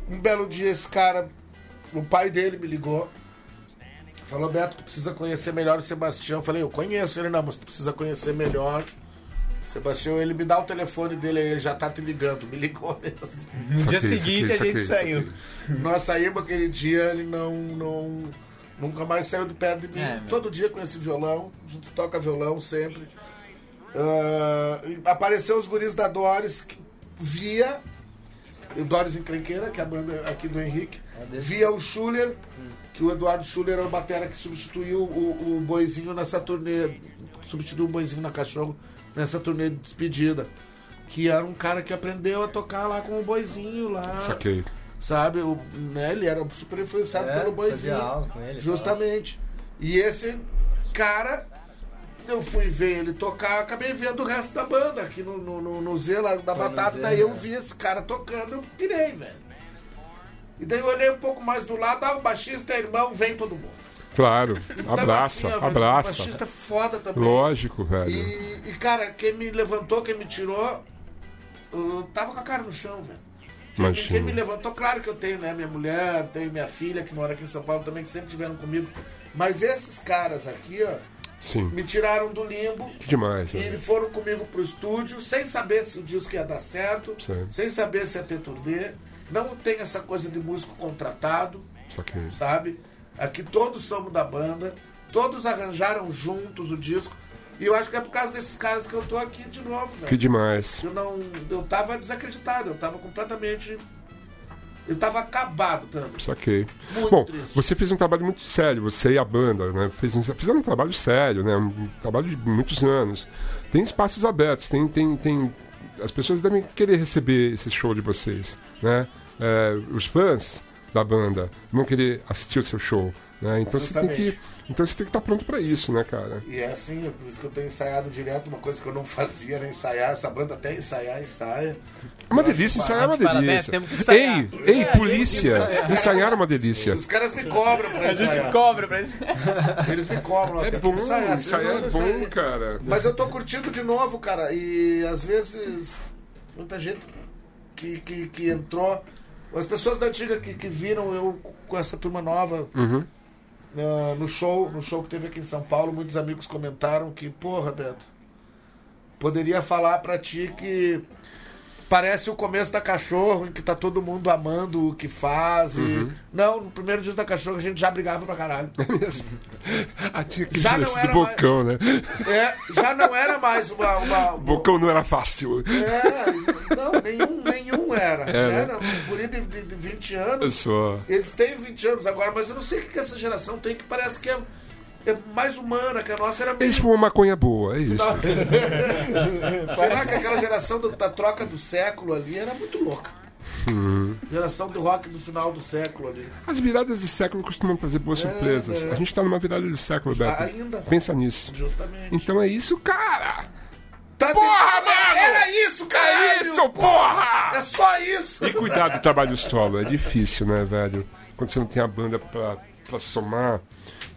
Speaker 5: Um belo dia esse cara, o pai dele me ligou. Falou, Beto, tu precisa conhecer melhor o Sebastião. Eu falei, eu conheço ele, não, mas tu precisa conhecer melhor. Sebastião, ele me dá o telefone dele aí, ele já tá te ligando. Me ligou mesmo.
Speaker 7: No dia seguinte a gente saiu.
Speaker 5: Nós saímos aquele dia, ele não, não nunca mais saiu de perto de mim.
Speaker 7: É, meu.
Speaker 5: Todo dia com esse violão, a gente toca violão sempre. Ah, e apareceu os guris da Doris que via o Doris Encrenqueira, que é a banda aqui do Henrique,
Speaker 7: Ah,
Speaker 5: via o Schuller,
Speaker 7: Hum.
Speaker 5: que o Eduardo Schuller era o batera que substituiu o, o Boizinho nessa turnê, substituiu o Boizinho na Cachorro nessa turnê de despedida. Que era um cara que aprendeu a tocar lá com o Boizinho lá
Speaker 3: Saquei.
Speaker 5: sabe? O, né, ele era super influenciado
Speaker 6: É,
Speaker 7: Né?
Speaker 5: pelo
Speaker 6: fazia aula
Speaker 5: boizinho.
Speaker 6: com ele.
Speaker 5: Justamente. E esse cara, eu fui ver ele tocar, acabei vendo o resto da banda aqui no, no, no, no Z, Largo da
Speaker 6: Foi no
Speaker 5: Batata.
Speaker 6: Z,
Speaker 5: daí eu
Speaker 6: né?
Speaker 5: vi esse cara tocando, eu pirei, velho. E daí eu olhei um pouco mais do lado, ah, o baixista é irmão, vem todo mundo.
Speaker 3: Claro.
Speaker 5: Então,
Speaker 3: Abraça,
Speaker 5: assim, ó, velho, O
Speaker 3: abraça.
Speaker 5: baixista é foda também.
Speaker 3: Lógico, velho.
Speaker 5: E, e, cara, quem me levantou, quem me tirou, eu tava com a cara no chão, velho. Quem,
Speaker 3: Imagina.
Speaker 5: quem me levantou, claro que eu tenho, né? Minha mulher, tenho minha filha que mora aqui em São Paulo também, que sempre tiveram comigo. Mas esses caras aqui, ó,
Speaker 3: Sim.
Speaker 5: me tiraram do limbo.
Speaker 3: Que demais, né?
Speaker 5: E
Speaker 3: velho.
Speaker 5: eles foram comigo pro estúdio, sem saber se o disco ia dar certo,
Speaker 3: Certo.
Speaker 5: sem saber se ia ter turnê. Não tem essa coisa de músico contratado
Speaker 3: Só que.
Speaker 5: sabe? Aqui todos somos da banda, todos arranjaram juntos o disco. E eu acho que é por causa desses caras que eu tô aqui de novo,
Speaker 3: Que
Speaker 5: velho.
Speaker 3: demais.
Speaker 5: Eu não. Eu tava desacreditado, eu tava completamente. Eu tava acabado, Tando.
Speaker 3: Saquei.
Speaker 5: Muito
Speaker 3: Bom,
Speaker 5: triste.
Speaker 3: você fez um trabalho muito sério, você e a banda, né? Fez um- fizeram um trabalho sério, né? Um trabalho de muitos anos. Tem espaços abertos, tem, tem, tem... As pessoas devem querer receber esse show de vocês, né? É, os fãs da banda vão querer assistir o seu show, né? Então você tem
Speaker 5: Justamente.
Speaker 3: que... Então você tem que estar pronto pra isso, né, cara?
Speaker 5: E é assim, é por isso que eu tenho ensaiado direto, uma coisa que eu não fazia era ensaiar. Essa banda até ensaiar, ensaia.
Speaker 3: É uma delícia, ensaiar é uma
Speaker 7: fala, né?
Speaker 3: delícia.
Speaker 7: Temos que
Speaker 3: Ei,
Speaker 5: É,
Speaker 7: ensaiar.
Speaker 3: ei, polícia! Ensaiar é uma delícia.
Speaker 5: Os caras me cobram pra
Speaker 7: A gente
Speaker 5: ensaiar.
Speaker 7: cobra pra isso.
Speaker 5: Eles me cobram
Speaker 3: É
Speaker 5: até
Speaker 3: bom,
Speaker 5: que ensaiar.
Speaker 3: ensaiar é bom, cara.
Speaker 5: Mas eu tô curtindo de novo, cara. E às vezes, muita gente que, que, que entrou. As pessoas da antiga que, que viram eu com essa turma nova
Speaker 3: Uhum.
Speaker 5: ah, no show, no show que teve aqui em São Paulo, muitos amigos comentaram que, porra, Beto, poderia falar pra ti que parece o começo da cachorro, em que tá todo mundo amando o que faz. e- Não, no primeiro dia da cachorro a gente já brigava pra caralho.
Speaker 3: Ah, tinha aquele
Speaker 5: Já não
Speaker 3: lance do
Speaker 5: era
Speaker 3: bocão, né?
Speaker 5: É, já não era mais uma- uma,
Speaker 3: Bocão não era fácil.
Speaker 5: É, não, nenhum, nenhum era.
Speaker 3: É, né?
Speaker 5: Era um guri de, de, de 20 anos.
Speaker 3: Só.
Speaker 5: Eles têm 20 anos agora, mas eu não sei o que que essa geração tem que parece que é, é mais humana, que a nossa era
Speaker 3: Eles fumam maconha boa, é isso.
Speaker 5: Será que aquela geração do- da troca do século ali era muito louca?
Speaker 3: Uhum.
Speaker 5: Geração do rock do final do século ali.
Speaker 3: As viradas de século costumam trazer boas surpresas. A gente tá numa virada de século, Beto.
Speaker 5: ainda.
Speaker 3: Pensa nisso.
Speaker 5: Justamente.
Speaker 3: Então é isso, cara!
Speaker 5: Tá
Speaker 3: Porra, mano!
Speaker 5: Era isso,
Speaker 3: É
Speaker 5: cara!
Speaker 3: isso, porra!
Speaker 5: É só isso!
Speaker 3: E cuidar do trabalho solo, é difícil, né, velho? Quando você não tem a banda pra, pra somar,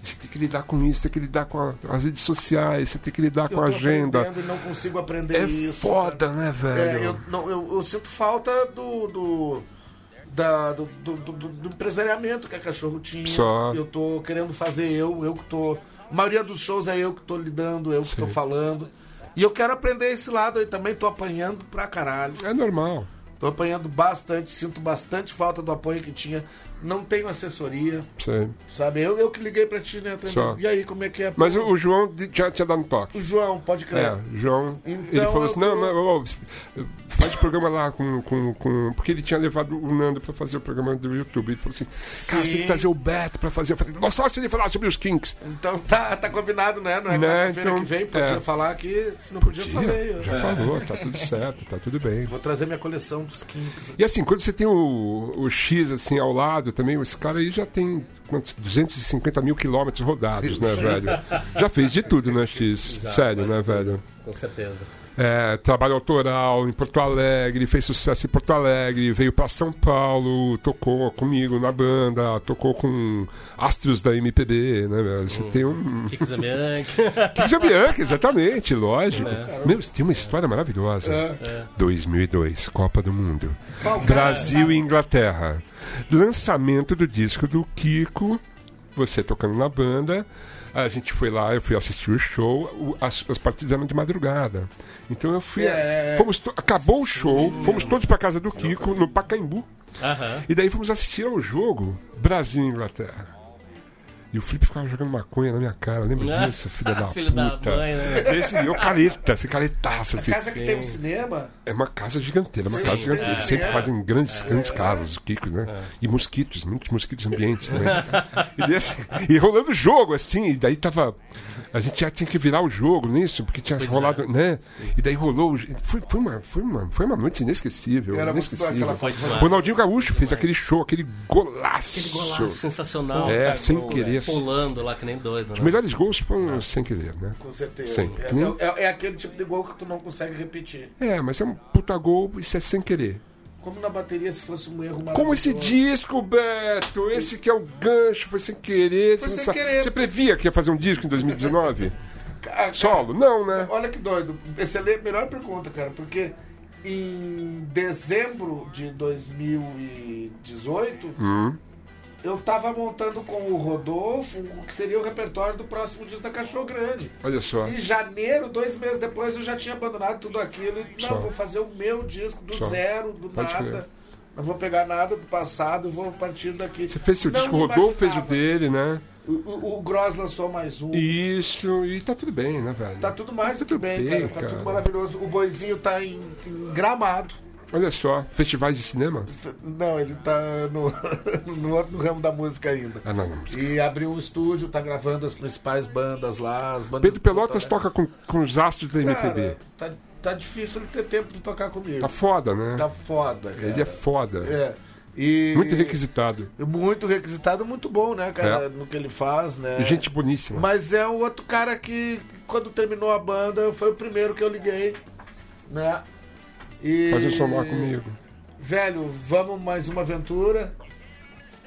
Speaker 3: você tem que lidar com isso, tem que lidar com a- as redes sociais, você tem que lidar com a
Speaker 5: tô
Speaker 3: agenda.
Speaker 5: aprendendo e não consigo aprender
Speaker 3: É
Speaker 5: isso.
Speaker 3: foda, né, velho?
Speaker 5: É, eu, não, eu, eu sinto falta do. do... da- do, do, do- do- do empresariamento que a cachorro tinha.
Speaker 3: Só.
Speaker 5: Eu tô querendo fazer eu, eu que tô. A maioria dos shows é eu que tô lidando, eu que tô falando. E eu quero aprender esse lado aí também, tô apanhando pra caralho.
Speaker 3: É normal.
Speaker 5: Tô apanhando bastante, sinto bastante falta do apoio que tinha. Não tenho assessoria,
Speaker 3: Sei.
Speaker 5: sabe? Eu, eu que liguei pra ti, né? Tremendo?
Speaker 3: Só.
Speaker 5: E aí, como é que é?
Speaker 3: Mas o, o João de- já tinha dado um toque.
Speaker 5: O João, pode crer.
Speaker 3: É, João,
Speaker 5: Então
Speaker 3: ele falou
Speaker 5: eu
Speaker 3: assim, não,
Speaker 5: vou-
Speaker 3: não, ô, faz programa lá com, com, com... Porque ele tinha levado o Nando pra fazer o programa do YouTube. Ele falou assim, cara, você tem que trazer o Beto pra fazer. Eu falei, "Mas só se ele falar sobre os Kinks.
Speaker 5: Então tá, tá combinado, né? Não é
Speaker 3: Né,
Speaker 5: quarta-feira
Speaker 3: então,
Speaker 5: que vem, podia
Speaker 3: é.
Speaker 5: falar que se não podia,
Speaker 3: Podia,
Speaker 5: falei. Eu
Speaker 3: já falou, tá tudo certo, tá tudo bem.
Speaker 5: Vou trazer minha coleção dos kinks.
Speaker 3: E assim, quando você tem o, o X assim ao lado também, esse cara aí já tem quantos, 250 mil quilômetros rodados, né, velho? Já fez de tudo, né, X? Sério, né, velho?
Speaker 1: Com certeza.
Speaker 3: É, trabalho autoral em Porto Alegre, fez sucesso em Porto Alegre, veio pra São Paulo, tocou comigo na banda, tocou com astros da MPB, né, velho? Você tem um.
Speaker 1: Kiko Zambianchi.
Speaker 3: Kizia Bianca, exatamente, lógico. Meu, isso tem uma história maravilhosa. 2002, Copa do Mundo. Brasil e Inglaterra. Lançamento do disco do Kiko, você tocando na banda. A gente foi lá, eu fui assistir o show, o- as, as partidas eram de madrugada. Então eu
Speaker 1: É,
Speaker 3: fui. Fomos to- acabou o show, fomos todos pra casa do Kiko, no Pacaembu.
Speaker 1: Aham.
Speaker 3: E daí fomos assistir ao jogo Brasil e Inglaterra. E o Felipe ficava jogando maconha na minha cara, lembra disso, filha da
Speaker 1: Né? Filho Ah, da
Speaker 3: puta?
Speaker 1: mãe, né?
Speaker 3: Esse eu careta, esse caretaço. Assim.
Speaker 5: Casa que tem um cinema,
Speaker 3: É uma casa gigantesca, é uma casa gigante. Eles sempre fazem grandes, grandes casas, o Kiko, né? E mosquitos, muitos mosquitos ambientes também. e, daí, assim, e rolando o jogo, assim, e daí tava. A gente já tinha que virar o jogo nisso, porque tinha rolado, né? E daí rolou. o- Foi, foi, uma, foi, uma, foi uma noite inesquecível.
Speaker 5: Era muito
Speaker 3: inesquecível.
Speaker 5: aquela
Speaker 1: Foi demais.
Speaker 3: Ronaldinho Gaúcho fez aquele show, aquele golaço.
Speaker 1: Aquele golaço sensacional.
Speaker 3: É,
Speaker 1: cara,
Speaker 3: sem
Speaker 1: gol,
Speaker 3: querer.
Speaker 1: é, Pulando lá que nem doido,
Speaker 3: Os
Speaker 1: né?
Speaker 3: melhores gols foram sem querer, né?
Speaker 5: com certeza.
Speaker 3: Sim. Hum?
Speaker 5: É, é- é aquele tipo de gol que tu não consegue repetir.
Speaker 3: É, mas é um puta gol, isso é sem querer.
Speaker 5: Como na bateria se fosse um erro
Speaker 3: Como esse
Speaker 5: maravilhoso.
Speaker 3: disco, Beto, esse que é o gancho, foi sem querer.
Speaker 5: Foi
Speaker 3: você não
Speaker 5: sem
Speaker 3: sabe-
Speaker 5: querer.
Speaker 3: Você previa que ia fazer um disco em 2019?
Speaker 5: Ca-
Speaker 3: Solo? Não, né?
Speaker 5: Olha que doido. Excelente, melhor pergunta, cara, porque em dezembro de 2018,
Speaker 3: Hum,
Speaker 5: eu tava montando com o Rodolfo o que seria o repertório do próximo disco da Cachorro Grande.
Speaker 3: Olha só.
Speaker 5: Em janeiro, dois meses depois, eu já tinha abandonado tudo aquilo e não,
Speaker 3: Só.
Speaker 5: vou fazer o meu disco do
Speaker 3: Só.
Speaker 5: zero, do
Speaker 3: Pode
Speaker 5: nada.
Speaker 3: crer.
Speaker 5: Não vou pegar nada do passado, vou partir daqui.
Speaker 3: Você fez seu
Speaker 5: Não
Speaker 3: disco, o Rodolfo fez o
Speaker 5: imaginava.
Speaker 3: dele, né?
Speaker 5: O, o, o Gross lançou mais um.
Speaker 3: Isso, e tá tudo bem, né, velho?
Speaker 5: Tá tudo mais do que
Speaker 3: Tudo
Speaker 5: bem,
Speaker 3: bem,
Speaker 5: cara. Tá
Speaker 3: cara.
Speaker 5: tudo maravilhoso. O boizinho tá em, em gramado.
Speaker 3: Olha só, festivais de cinema?
Speaker 5: Não, ele tá no, no outro ramo da música ainda.
Speaker 3: Ah, não, não.
Speaker 5: E abriu um estúdio, tá gravando as principais bandas lá. As bandas
Speaker 3: Pedro Pelotas toca com, com os astros da MPB.
Speaker 5: Tá Cara, tá, tá difícil ele ter tempo de tocar comigo. Tá,
Speaker 3: Tá foda, né?
Speaker 5: foda, cara.
Speaker 3: Ele é foda.
Speaker 5: É. E...
Speaker 3: Muito requisitado.
Speaker 5: Muito requisitado, muito bom, né, cara?
Speaker 3: É.
Speaker 5: No que ele faz, né?
Speaker 3: E Gente boníssima.
Speaker 5: Mas é um outro cara que, quando terminou a banda, foi o primeiro que eu liguei, né? E...
Speaker 3: Fazer somar comigo.
Speaker 5: Velho, vamos mais uma aventura.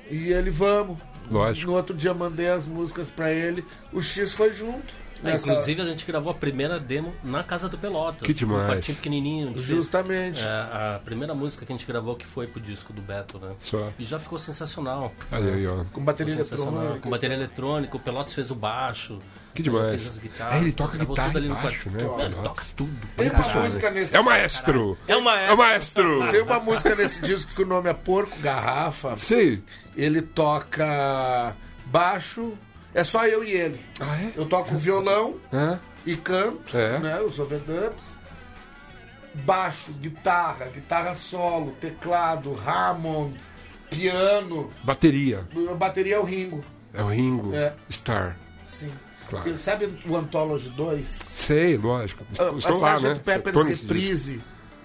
Speaker 5: E ele, vamos.
Speaker 3: Lógico.
Speaker 5: No outro dia mandei as músicas pra ele. O X foi junto.
Speaker 1: Ah,
Speaker 5: nessa-
Speaker 1: Inclusive, a gente gravou a primeira demo na casa do Pelotas.
Speaker 3: Que demais.
Speaker 1: Um quartinho pequenininho. de-
Speaker 5: Justamente.
Speaker 1: É, a primeira música que a gente gravou que foi pro disco do Beto, né?
Speaker 3: Só.
Speaker 1: E já ficou sensacional.
Speaker 3: Olha aí, ó.
Speaker 5: Com bateria
Speaker 1: Sensacional.
Speaker 5: eletrônica.
Speaker 1: Com bateria eletrônica, o Pelotas fez o baixo.
Speaker 3: Que
Speaker 1: ele
Speaker 3: demais.
Speaker 1: Fez as guitarras.
Speaker 3: É, ele toca
Speaker 1: gravou
Speaker 3: guitarra
Speaker 1: tudo
Speaker 3: e
Speaker 1: ali no
Speaker 3: baixo, né,
Speaker 1: quarto.
Speaker 3: o
Speaker 1: Ele
Speaker 3: Pelotas?
Speaker 1: toca tudo.
Speaker 5: Tem uma música nesse.
Speaker 3: É o maestro!
Speaker 1: É uma
Speaker 3: É o maestro!
Speaker 5: Tem uma música nesse disco que o nome é Porco Garrafa.
Speaker 3: Sei.
Speaker 5: Ele toca baixo. É só eu e ele.
Speaker 3: Ah, é?
Speaker 5: Eu toco violão
Speaker 3: Hã?
Speaker 5: e canto,
Speaker 3: É.
Speaker 5: né? Os overdubs. Baixo, guitarra, guitarra solo, teclado, Hammond, piano.
Speaker 3: Bateria.
Speaker 5: A bateria é o Ringo.
Speaker 3: É o Ringo.
Speaker 5: É.
Speaker 3: Star.
Speaker 5: Sim.
Speaker 3: Claro.
Speaker 5: Sabe o Anthology 2?
Speaker 3: Sei, lógico.
Speaker 5: Ah,
Speaker 3: Estou, estou lá, né?
Speaker 5: Sargent Pepper's
Speaker 3: Tô nesse disco.
Speaker 5: Reprise.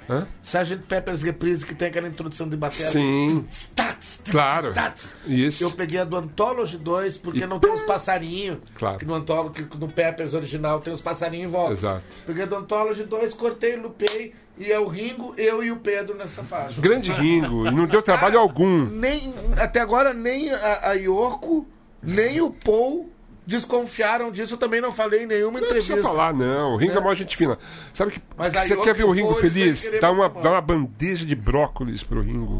Speaker 3: Hã?
Speaker 5: Sargent Pepper's Reprise, que tem aquela introdução de bateria.
Speaker 3: Sim,
Speaker 5: Tats, tats, tats,
Speaker 3: Claro.
Speaker 5: tats.
Speaker 3: Isso.
Speaker 5: Eu peguei a do Anthology 2 porque
Speaker 3: E-
Speaker 5: não tem os passarinhos.
Speaker 3: Claro.
Speaker 5: Que no Anthology, que no Peppers original tem os passarinhos em volta.
Speaker 3: exato.
Speaker 5: Peguei a do Anthology 2, cortei, lupei e é o Ringo, eu e o Pedro nessa faixa.
Speaker 3: Grande Ringo, e não deu trabalho algum.
Speaker 5: Nem, até agora nem a, a Yoko, nem o Paul desconfiaram disso. Eu também não falei em nenhuma
Speaker 3: Não
Speaker 5: entrevista.
Speaker 3: precisa falar, não. O Ringo é, mó gente fina. Sabe que
Speaker 5: Mas aí
Speaker 3: você
Speaker 5: outro
Speaker 3: quer ver o Ringo
Speaker 5: pô, ele vai
Speaker 3: feliz?
Speaker 5: querer
Speaker 3: Dá uma,
Speaker 5: botar
Speaker 3: dá uma bandeja de brócolis pro Ringo.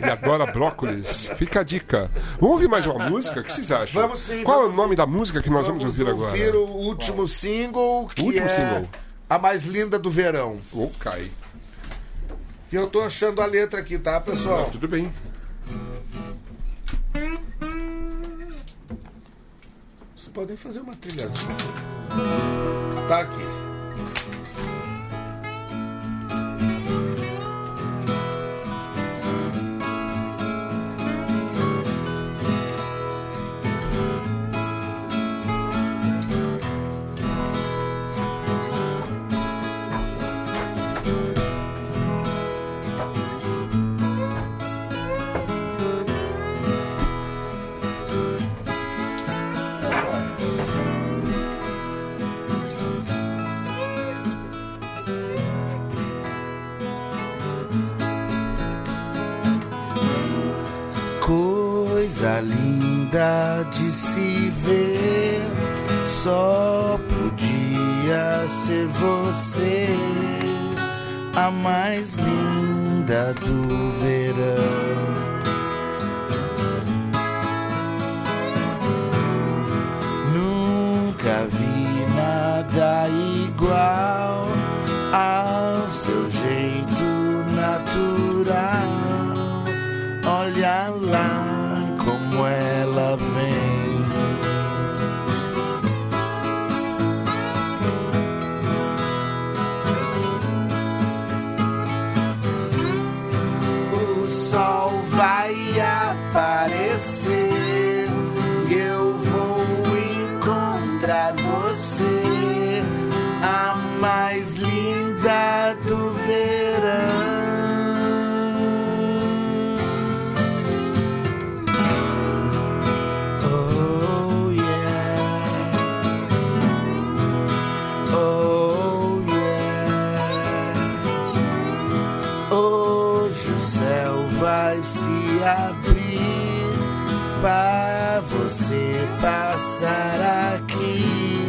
Speaker 3: Ele adora brócolis. Fica a dica. Vamos ouvir mais uma música? O que vocês acham?
Speaker 5: Vamos sim,
Speaker 3: Qual é
Speaker 5: vamos
Speaker 3: o nome da música que nós vamos, ouvir agora?
Speaker 5: o último single, que
Speaker 3: último
Speaker 5: é
Speaker 3: single.
Speaker 5: a mais linda do verão.
Speaker 3: Ok.
Speaker 5: E eu tô achando a letra aqui, tá, pessoal?
Speaker 3: Tudo bem.
Speaker 5: Vocês podem fazer uma trilhazinha. Tá aqui.
Speaker 8: coisa linda de se ver. Só podia ser você, a mais linda do verão. Nunca vi nada igual ao seu jeito natural. Olha lá como ela vem. O sol vai aparecer. e Eu vou encontrar você, a mais linda do verão. Oh yeah. Oh yeah. Hoje o céu vai se abrir pra você passar aqui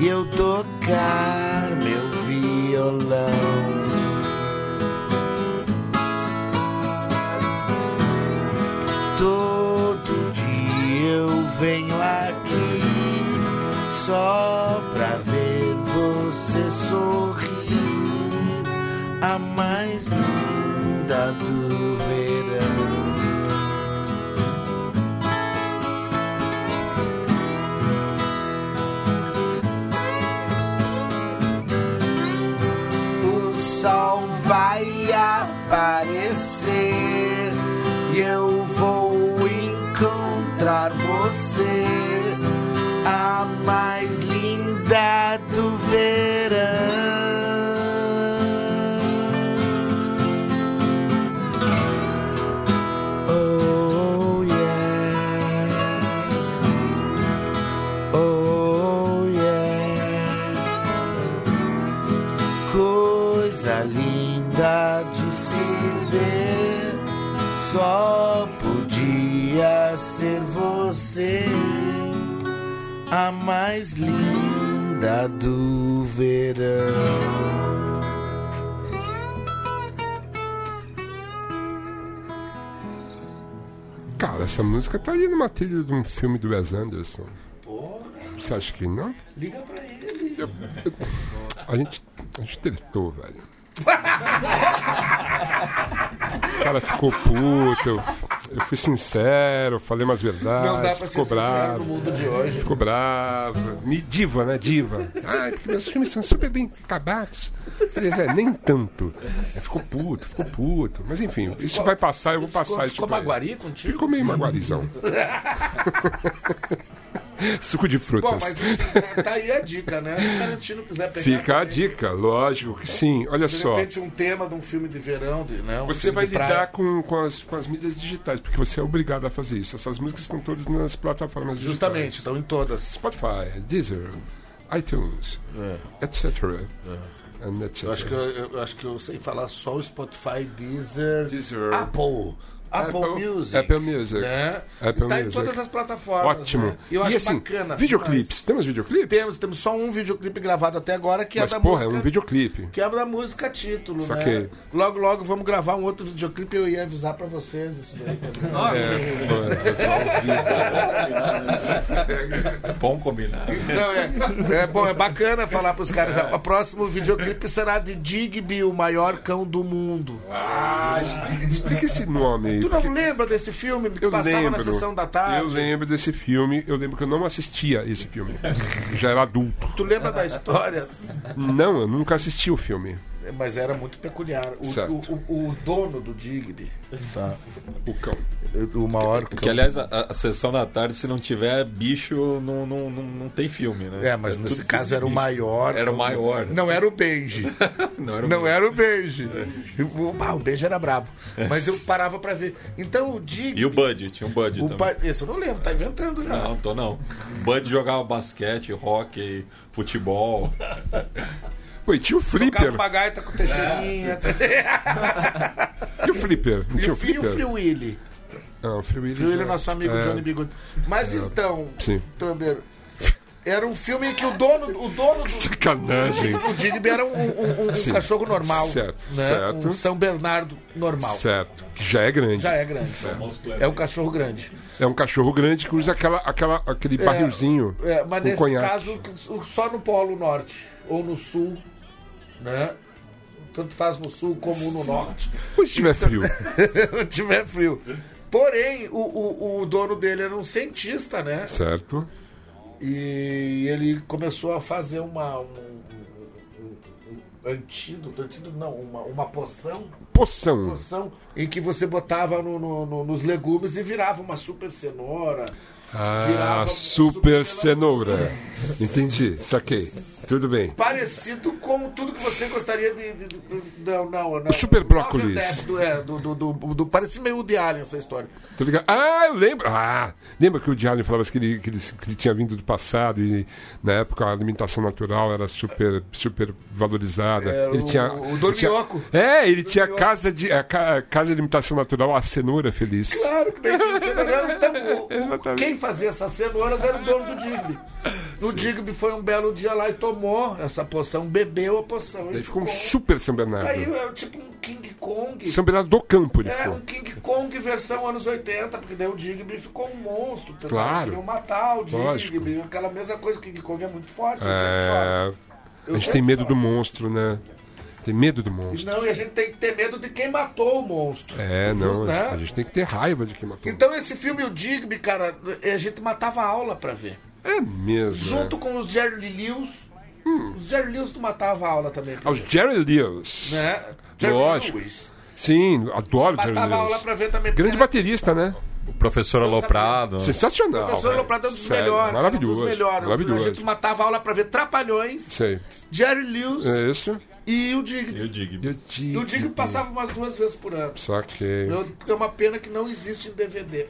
Speaker 8: e eu tocar meu violão. Todo dia eu venho aqui só pra ver você sorrir, a mais linda do verão. O sol vai aparecer e eu vou encontrar você, a mais linda do verão. Oh yeah, oh yeah coisa linda de se ver. Só podia ser você, a mais linda do verão.
Speaker 3: Cara, essa música tá ali numa trilha de um filme do Wes Anderson. Você acha que não?
Speaker 5: Liga pra ele.
Speaker 3: A gente, a gente tretou, velho. O cara ficou puto. Eu, eu fui sincero, falei umas verdades.
Speaker 5: Não dá pra ser
Speaker 3: Ah, ficou
Speaker 5: sincero no
Speaker 3: bravo.
Speaker 5: mundo de hoje.
Speaker 3: Ficou bravo. Me diva, né? Diva. Ah, porque meus filmes são super bem acabados. Falei, é, nem tanto. É, ficou puto, ficou puto. Mas enfim, isso vai passar, eu vou passar
Speaker 5: Ficou,
Speaker 3: isso
Speaker 5: ficou
Speaker 3: pra ele.
Speaker 5: maguari contigo?
Speaker 3: Ficou meio maguarizão. Suco de
Speaker 5: Bom,
Speaker 3: frutas.
Speaker 5: mas enfim, tá aí a dica, né? Se o Tarantino quiser pegar.
Speaker 3: Fica a
Speaker 5: também,
Speaker 3: dica, lógico que sim. Olha
Speaker 5: De
Speaker 3: só.
Speaker 5: repente, um tema de um filme de verão, de, né? um
Speaker 3: Você
Speaker 5: filme
Speaker 3: vai
Speaker 5: de praia.
Speaker 3: lidar com, com, as, com as mídias digitais, porque você é obrigado a fazer isso. Essas músicas estão todas nas plataformas digitais.
Speaker 5: Justamente, então. estão em todas.
Speaker 3: Spotify, Deezer, iTunes, etc. And etc.
Speaker 5: É. Eu acho, que eu, eu acho que eu sei falar só o Spotify, Deezer,
Speaker 3: Deezer.
Speaker 5: Apple, Apple, Music.
Speaker 3: Apple Music.
Speaker 5: né?
Speaker 3: Apple
Speaker 5: Está em
Speaker 3: Music.
Speaker 5: todas as plataformas.
Speaker 3: Ótimo.
Speaker 5: né? E eu acho
Speaker 3: assim,
Speaker 5: bacana.
Speaker 3: videoclipes.
Speaker 5: demais.
Speaker 3: Temos videoclipes?
Speaker 5: Temos, temos só um videoclipe gravado até agora que
Speaker 3: Mas,
Speaker 5: é da
Speaker 3: porra,
Speaker 5: música.
Speaker 3: é um videoclipe.
Speaker 5: Que é da música título,
Speaker 3: Saquei.
Speaker 5: né? Logo, logo vamos gravar um outro videoclipe e eu ia avisar pra vocês isso daí também. né?
Speaker 4: É Bom combinado.
Speaker 5: Então, é, é bom, é bacana falar pros caras.
Speaker 4: É.
Speaker 5: O próximo videoclipe será de Digby, o maior cão do mundo.
Speaker 3: Ah, explica, explica esse nome aí.
Speaker 5: Tu não
Speaker 3: porque
Speaker 5: lembra desse filme que
Speaker 3: Eu
Speaker 5: passava
Speaker 3: lembro.
Speaker 5: na sessão da
Speaker 3: Eu
Speaker 5: tarde?
Speaker 3: lembro desse filme, eu lembro que eu não assistia esse filme. Já era adulto.
Speaker 5: Tu lembra da história?
Speaker 3: Não, eu nunca assisti o filme.
Speaker 5: É, Mas era muito peculiar. O,
Speaker 3: Certo.
Speaker 5: o- o- o dono do Digby, tá?
Speaker 3: O cão.
Speaker 5: o maior cão.
Speaker 4: Que, aliás, a, a sessão da tarde, se não tiver bicho, não, não, não, não tem filme, né?
Speaker 5: É, mas
Speaker 4: tudo
Speaker 5: nesse
Speaker 4: que
Speaker 5: caso era o
Speaker 4: bicho.
Speaker 5: maior.
Speaker 4: Era o maior.
Speaker 5: Não era o Benji.
Speaker 4: Não era o
Speaker 5: Não era o Benji. O, ah, o Benji era brabo. Mas eu parava pra ver. Então o Digby.
Speaker 4: E o Bud, tinha um Bud
Speaker 5: o
Speaker 4: também.
Speaker 5: pai- Esse eu não lembro, tá inventando já.
Speaker 4: Não, tô não. O Bud jogava basquete, hockey, futebol.
Speaker 3: Pô, e tinha o
Speaker 5: Tocava
Speaker 3: Flipper.
Speaker 5: uma gaita com
Speaker 3: É.
Speaker 5: teixeirinha. tá?
Speaker 3: E o Flipper? Não
Speaker 5: E
Speaker 3: tinha
Speaker 5: o
Speaker 3: o
Speaker 5: Free, o Free
Speaker 3: Flipper?
Speaker 5: Willy.
Speaker 3: Não, o Free Willy.
Speaker 5: Free Willy é
Speaker 3: já-
Speaker 5: nosso amigo
Speaker 3: é,
Speaker 5: Johnny Bigood. Mas então,
Speaker 3: Sim.
Speaker 5: Thunder, era um filme que o dono, o dono do,
Speaker 3: Sacanagem.
Speaker 5: O Digby era um, um- um- um
Speaker 3: Sim.
Speaker 5: cachorro normal.
Speaker 3: Certo,
Speaker 5: né?
Speaker 3: certo.
Speaker 5: Um São Bernardo normal.
Speaker 3: certo. Que já é grande.
Speaker 5: Já é grande. É um cachorro grande.
Speaker 3: É um cachorro grande que usa aquela, aquela, aquele barrilzinho.
Speaker 5: É, mas
Speaker 3: com
Speaker 5: nesse
Speaker 3: Um conhaque.
Speaker 5: caso, só no Polo Norte ou no Sul, né? Tanto faz no Sul como no Norte.
Speaker 3: Ou se tiver frio.
Speaker 5: Quando tiver frio. Porém, o, o- o dono dele era um cientista, né?
Speaker 3: certo.
Speaker 5: E ele começou a fazer uma. Um, um- um- um antídoto, antídoto não, uma, uma poção
Speaker 3: Poção.
Speaker 5: porção em que você botava no- no- no- nos legumes e virava uma super cenoura.
Speaker 3: Ah,
Speaker 5: Virava super
Speaker 3: super cenoura. Entendi, saquei. Tudo bem.
Speaker 5: Parecido com tudo que você gostaria de. de, de- não, não, não.
Speaker 3: super
Speaker 5: Nove
Speaker 3: brócolis.
Speaker 5: ou dez Do, é, do, do, do, do, parecia meio o de Alien essa história.
Speaker 3: Tô ligado. Ah, eu lembro. Ah, lembra que o Diário falava que ele, que, ele, que ele tinha vindo do passado e na época a alimentação natural era super, super valorizada.
Speaker 5: É,
Speaker 3: ele
Speaker 5: o-
Speaker 3: tinha,
Speaker 5: o
Speaker 3: ele
Speaker 5: Dorminhoco.
Speaker 3: tinha- É, ele tinha casa de a ca- casa de alimentação natural, a cenoura feliz.
Speaker 5: Claro que daí tinha um cenourão. Então, o- o- quem fazia essas cenouras era o dono do Digby. O Digby foi um belo dia lá e tomou essa poção, bebeu a poção.
Speaker 3: Ele
Speaker 5: e
Speaker 3: ficou um super São
Speaker 5: Aí
Speaker 3: Bernardo.
Speaker 5: é tipo um King Kong.
Speaker 3: São Bernardo do Campo ele
Speaker 5: É, um
Speaker 3: ficou.
Speaker 5: King Kong versão anos 80, porque daí o Digby ficou um monstro. entendeu?
Speaker 3: Claro.
Speaker 5: Queriam matar o Digby,
Speaker 3: Lógico.
Speaker 5: aquela mesma coisa. o King Kong é muito forte. então,
Speaker 3: É, a gente tem medo do monstro, né? Tem medo do monstro.
Speaker 5: Não, e a gente tem que ter medo de quem matou o monstro.
Speaker 3: É, não.
Speaker 5: Né?
Speaker 3: A gente tem que ter raiva de quem matou.
Speaker 5: Então esse filme, o Digby, cara, a gente matava aula pra ver.
Speaker 3: é Hum. mesmo.
Speaker 5: Junto com os Jerry Lewis. Os Jerry Lewis tu matava aula também. pra
Speaker 3: Aos
Speaker 5: ver,
Speaker 3: Ah, Jerry Lewis.
Speaker 5: Né? Jerry
Speaker 3: Lógico.
Speaker 5: Lewis.
Speaker 3: Sim, adoro Jerry
Speaker 5: Matava aula
Speaker 3: Lewis.
Speaker 5: pra ver também. porque
Speaker 3: Grande
Speaker 5: era-
Speaker 3: baterista, né?
Speaker 4: O professor Aloprado.
Speaker 3: Sensacional.
Speaker 5: Professor
Speaker 3: velho.
Speaker 5: Loprado é um dos
Speaker 3: Sério,
Speaker 5: melhores.
Speaker 3: Maravilhoso.
Speaker 5: Um dos melhores.
Speaker 3: Maravilhoso.
Speaker 5: A gente matava aula pra ver Trapalhões,
Speaker 3: Sei.
Speaker 5: Jerry Lewis
Speaker 3: É isso?
Speaker 5: e o Digby.
Speaker 4: Eu digo.
Speaker 3: Eu digo.
Speaker 5: E o Digby passava umas duas vezes por ano.
Speaker 3: Saquei.
Speaker 5: Eu- é uma pena que não existe em DVD.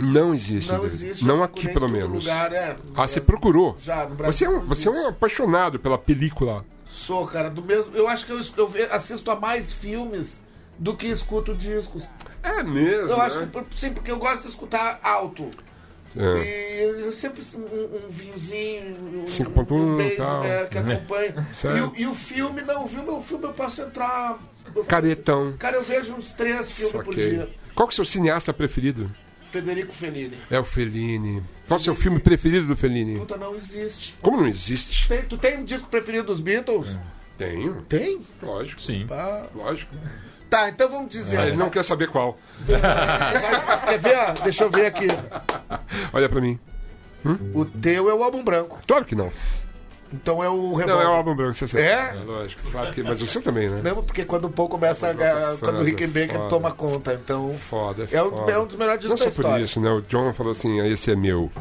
Speaker 3: Não existe.
Speaker 5: Não
Speaker 3: velho.
Speaker 5: existe. eu
Speaker 3: Não
Speaker 5: procurei
Speaker 3: aqui,
Speaker 5: em
Speaker 3: pelo
Speaker 5: todo
Speaker 3: menos.
Speaker 5: Lugar, é.
Speaker 3: Ah, você procurou?
Speaker 5: Já, no Brasil
Speaker 3: Você é, um,
Speaker 5: não
Speaker 3: você é um
Speaker 5: existe.
Speaker 3: apaixonado pela película.
Speaker 5: Sou, cara, do mesmo. Eu acho que eu, es- eu ve- assisto a mais filmes do que escuto discos.
Speaker 3: É mesmo.
Speaker 5: Eu acho que,
Speaker 3: né?
Speaker 5: por- sim, porque eu gosto de escutar alto.
Speaker 3: É.
Speaker 5: E eu sempre um, um vinhozinho, um,
Speaker 3: 5.1
Speaker 5: um bass,
Speaker 3: tal. É.
Speaker 5: né, que acompanha. E,
Speaker 3: Certo.
Speaker 5: o- e o filme, não, o filme, o filme eu posso entrar. eu-
Speaker 3: Caretão.
Speaker 5: Cara, eu vejo uns três filmes por
Speaker 3: Saquei.
Speaker 5: dia.
Speaker 3: Qual que é o seu cineasta preferido?
Speaker 5: Federico Fellini.
Speaker 3: É o Fellini. Qual o seu filme preferido do Fellini?
Speaker 5: Puta, não existe.
Speaker 3: Como não existe?
Speaker 5: Tem- tu tem um disco preferido dos Beatles?
Speaker 3: É. Tenho.
Speaker 5: Tem.
Speaker 3: Lógico.
Speaker 4: Sim.
Speaker 5: Ah,
Speaker 3: Lógico.
Speaker 5: Tá, então vamos dizer.
Speaker 3: Ele não quer saber qual.
Speaker 5: Quer ver? ó? Deixa eu ver aqui.
Speaker 3: Olha pra mim.
Speaker 5: O teu é o álbum branco.
Speaker 3: Claro que não.
Speaker 5: Então é o
Speaker 3: Não, é o
Speaker 5: revólver.
Speaker 3: álbum branco, você sabe.
Speaker 5: É?
Speaker 3: lógico. Claro que, mas você também, né?
Speaker 5: Não, porque quando o Paul começa a. ga-
Speaker 3: Foda,
Speaker 5: quando o Rickenbacker
Speaker 3: foda.
Speaker 5: toma conta. Então.
Speaker 3: Foda,
Speaker 5: É um,
Speaker 3: foda.
Speaker 5: é um dos melhores
Speaker 3: Não
Speaker 5: discos da
Speaker 3: só por
Speaker 5: história.
Speaker 3: isso, né? O John falou assim, "Ah, esse é meu.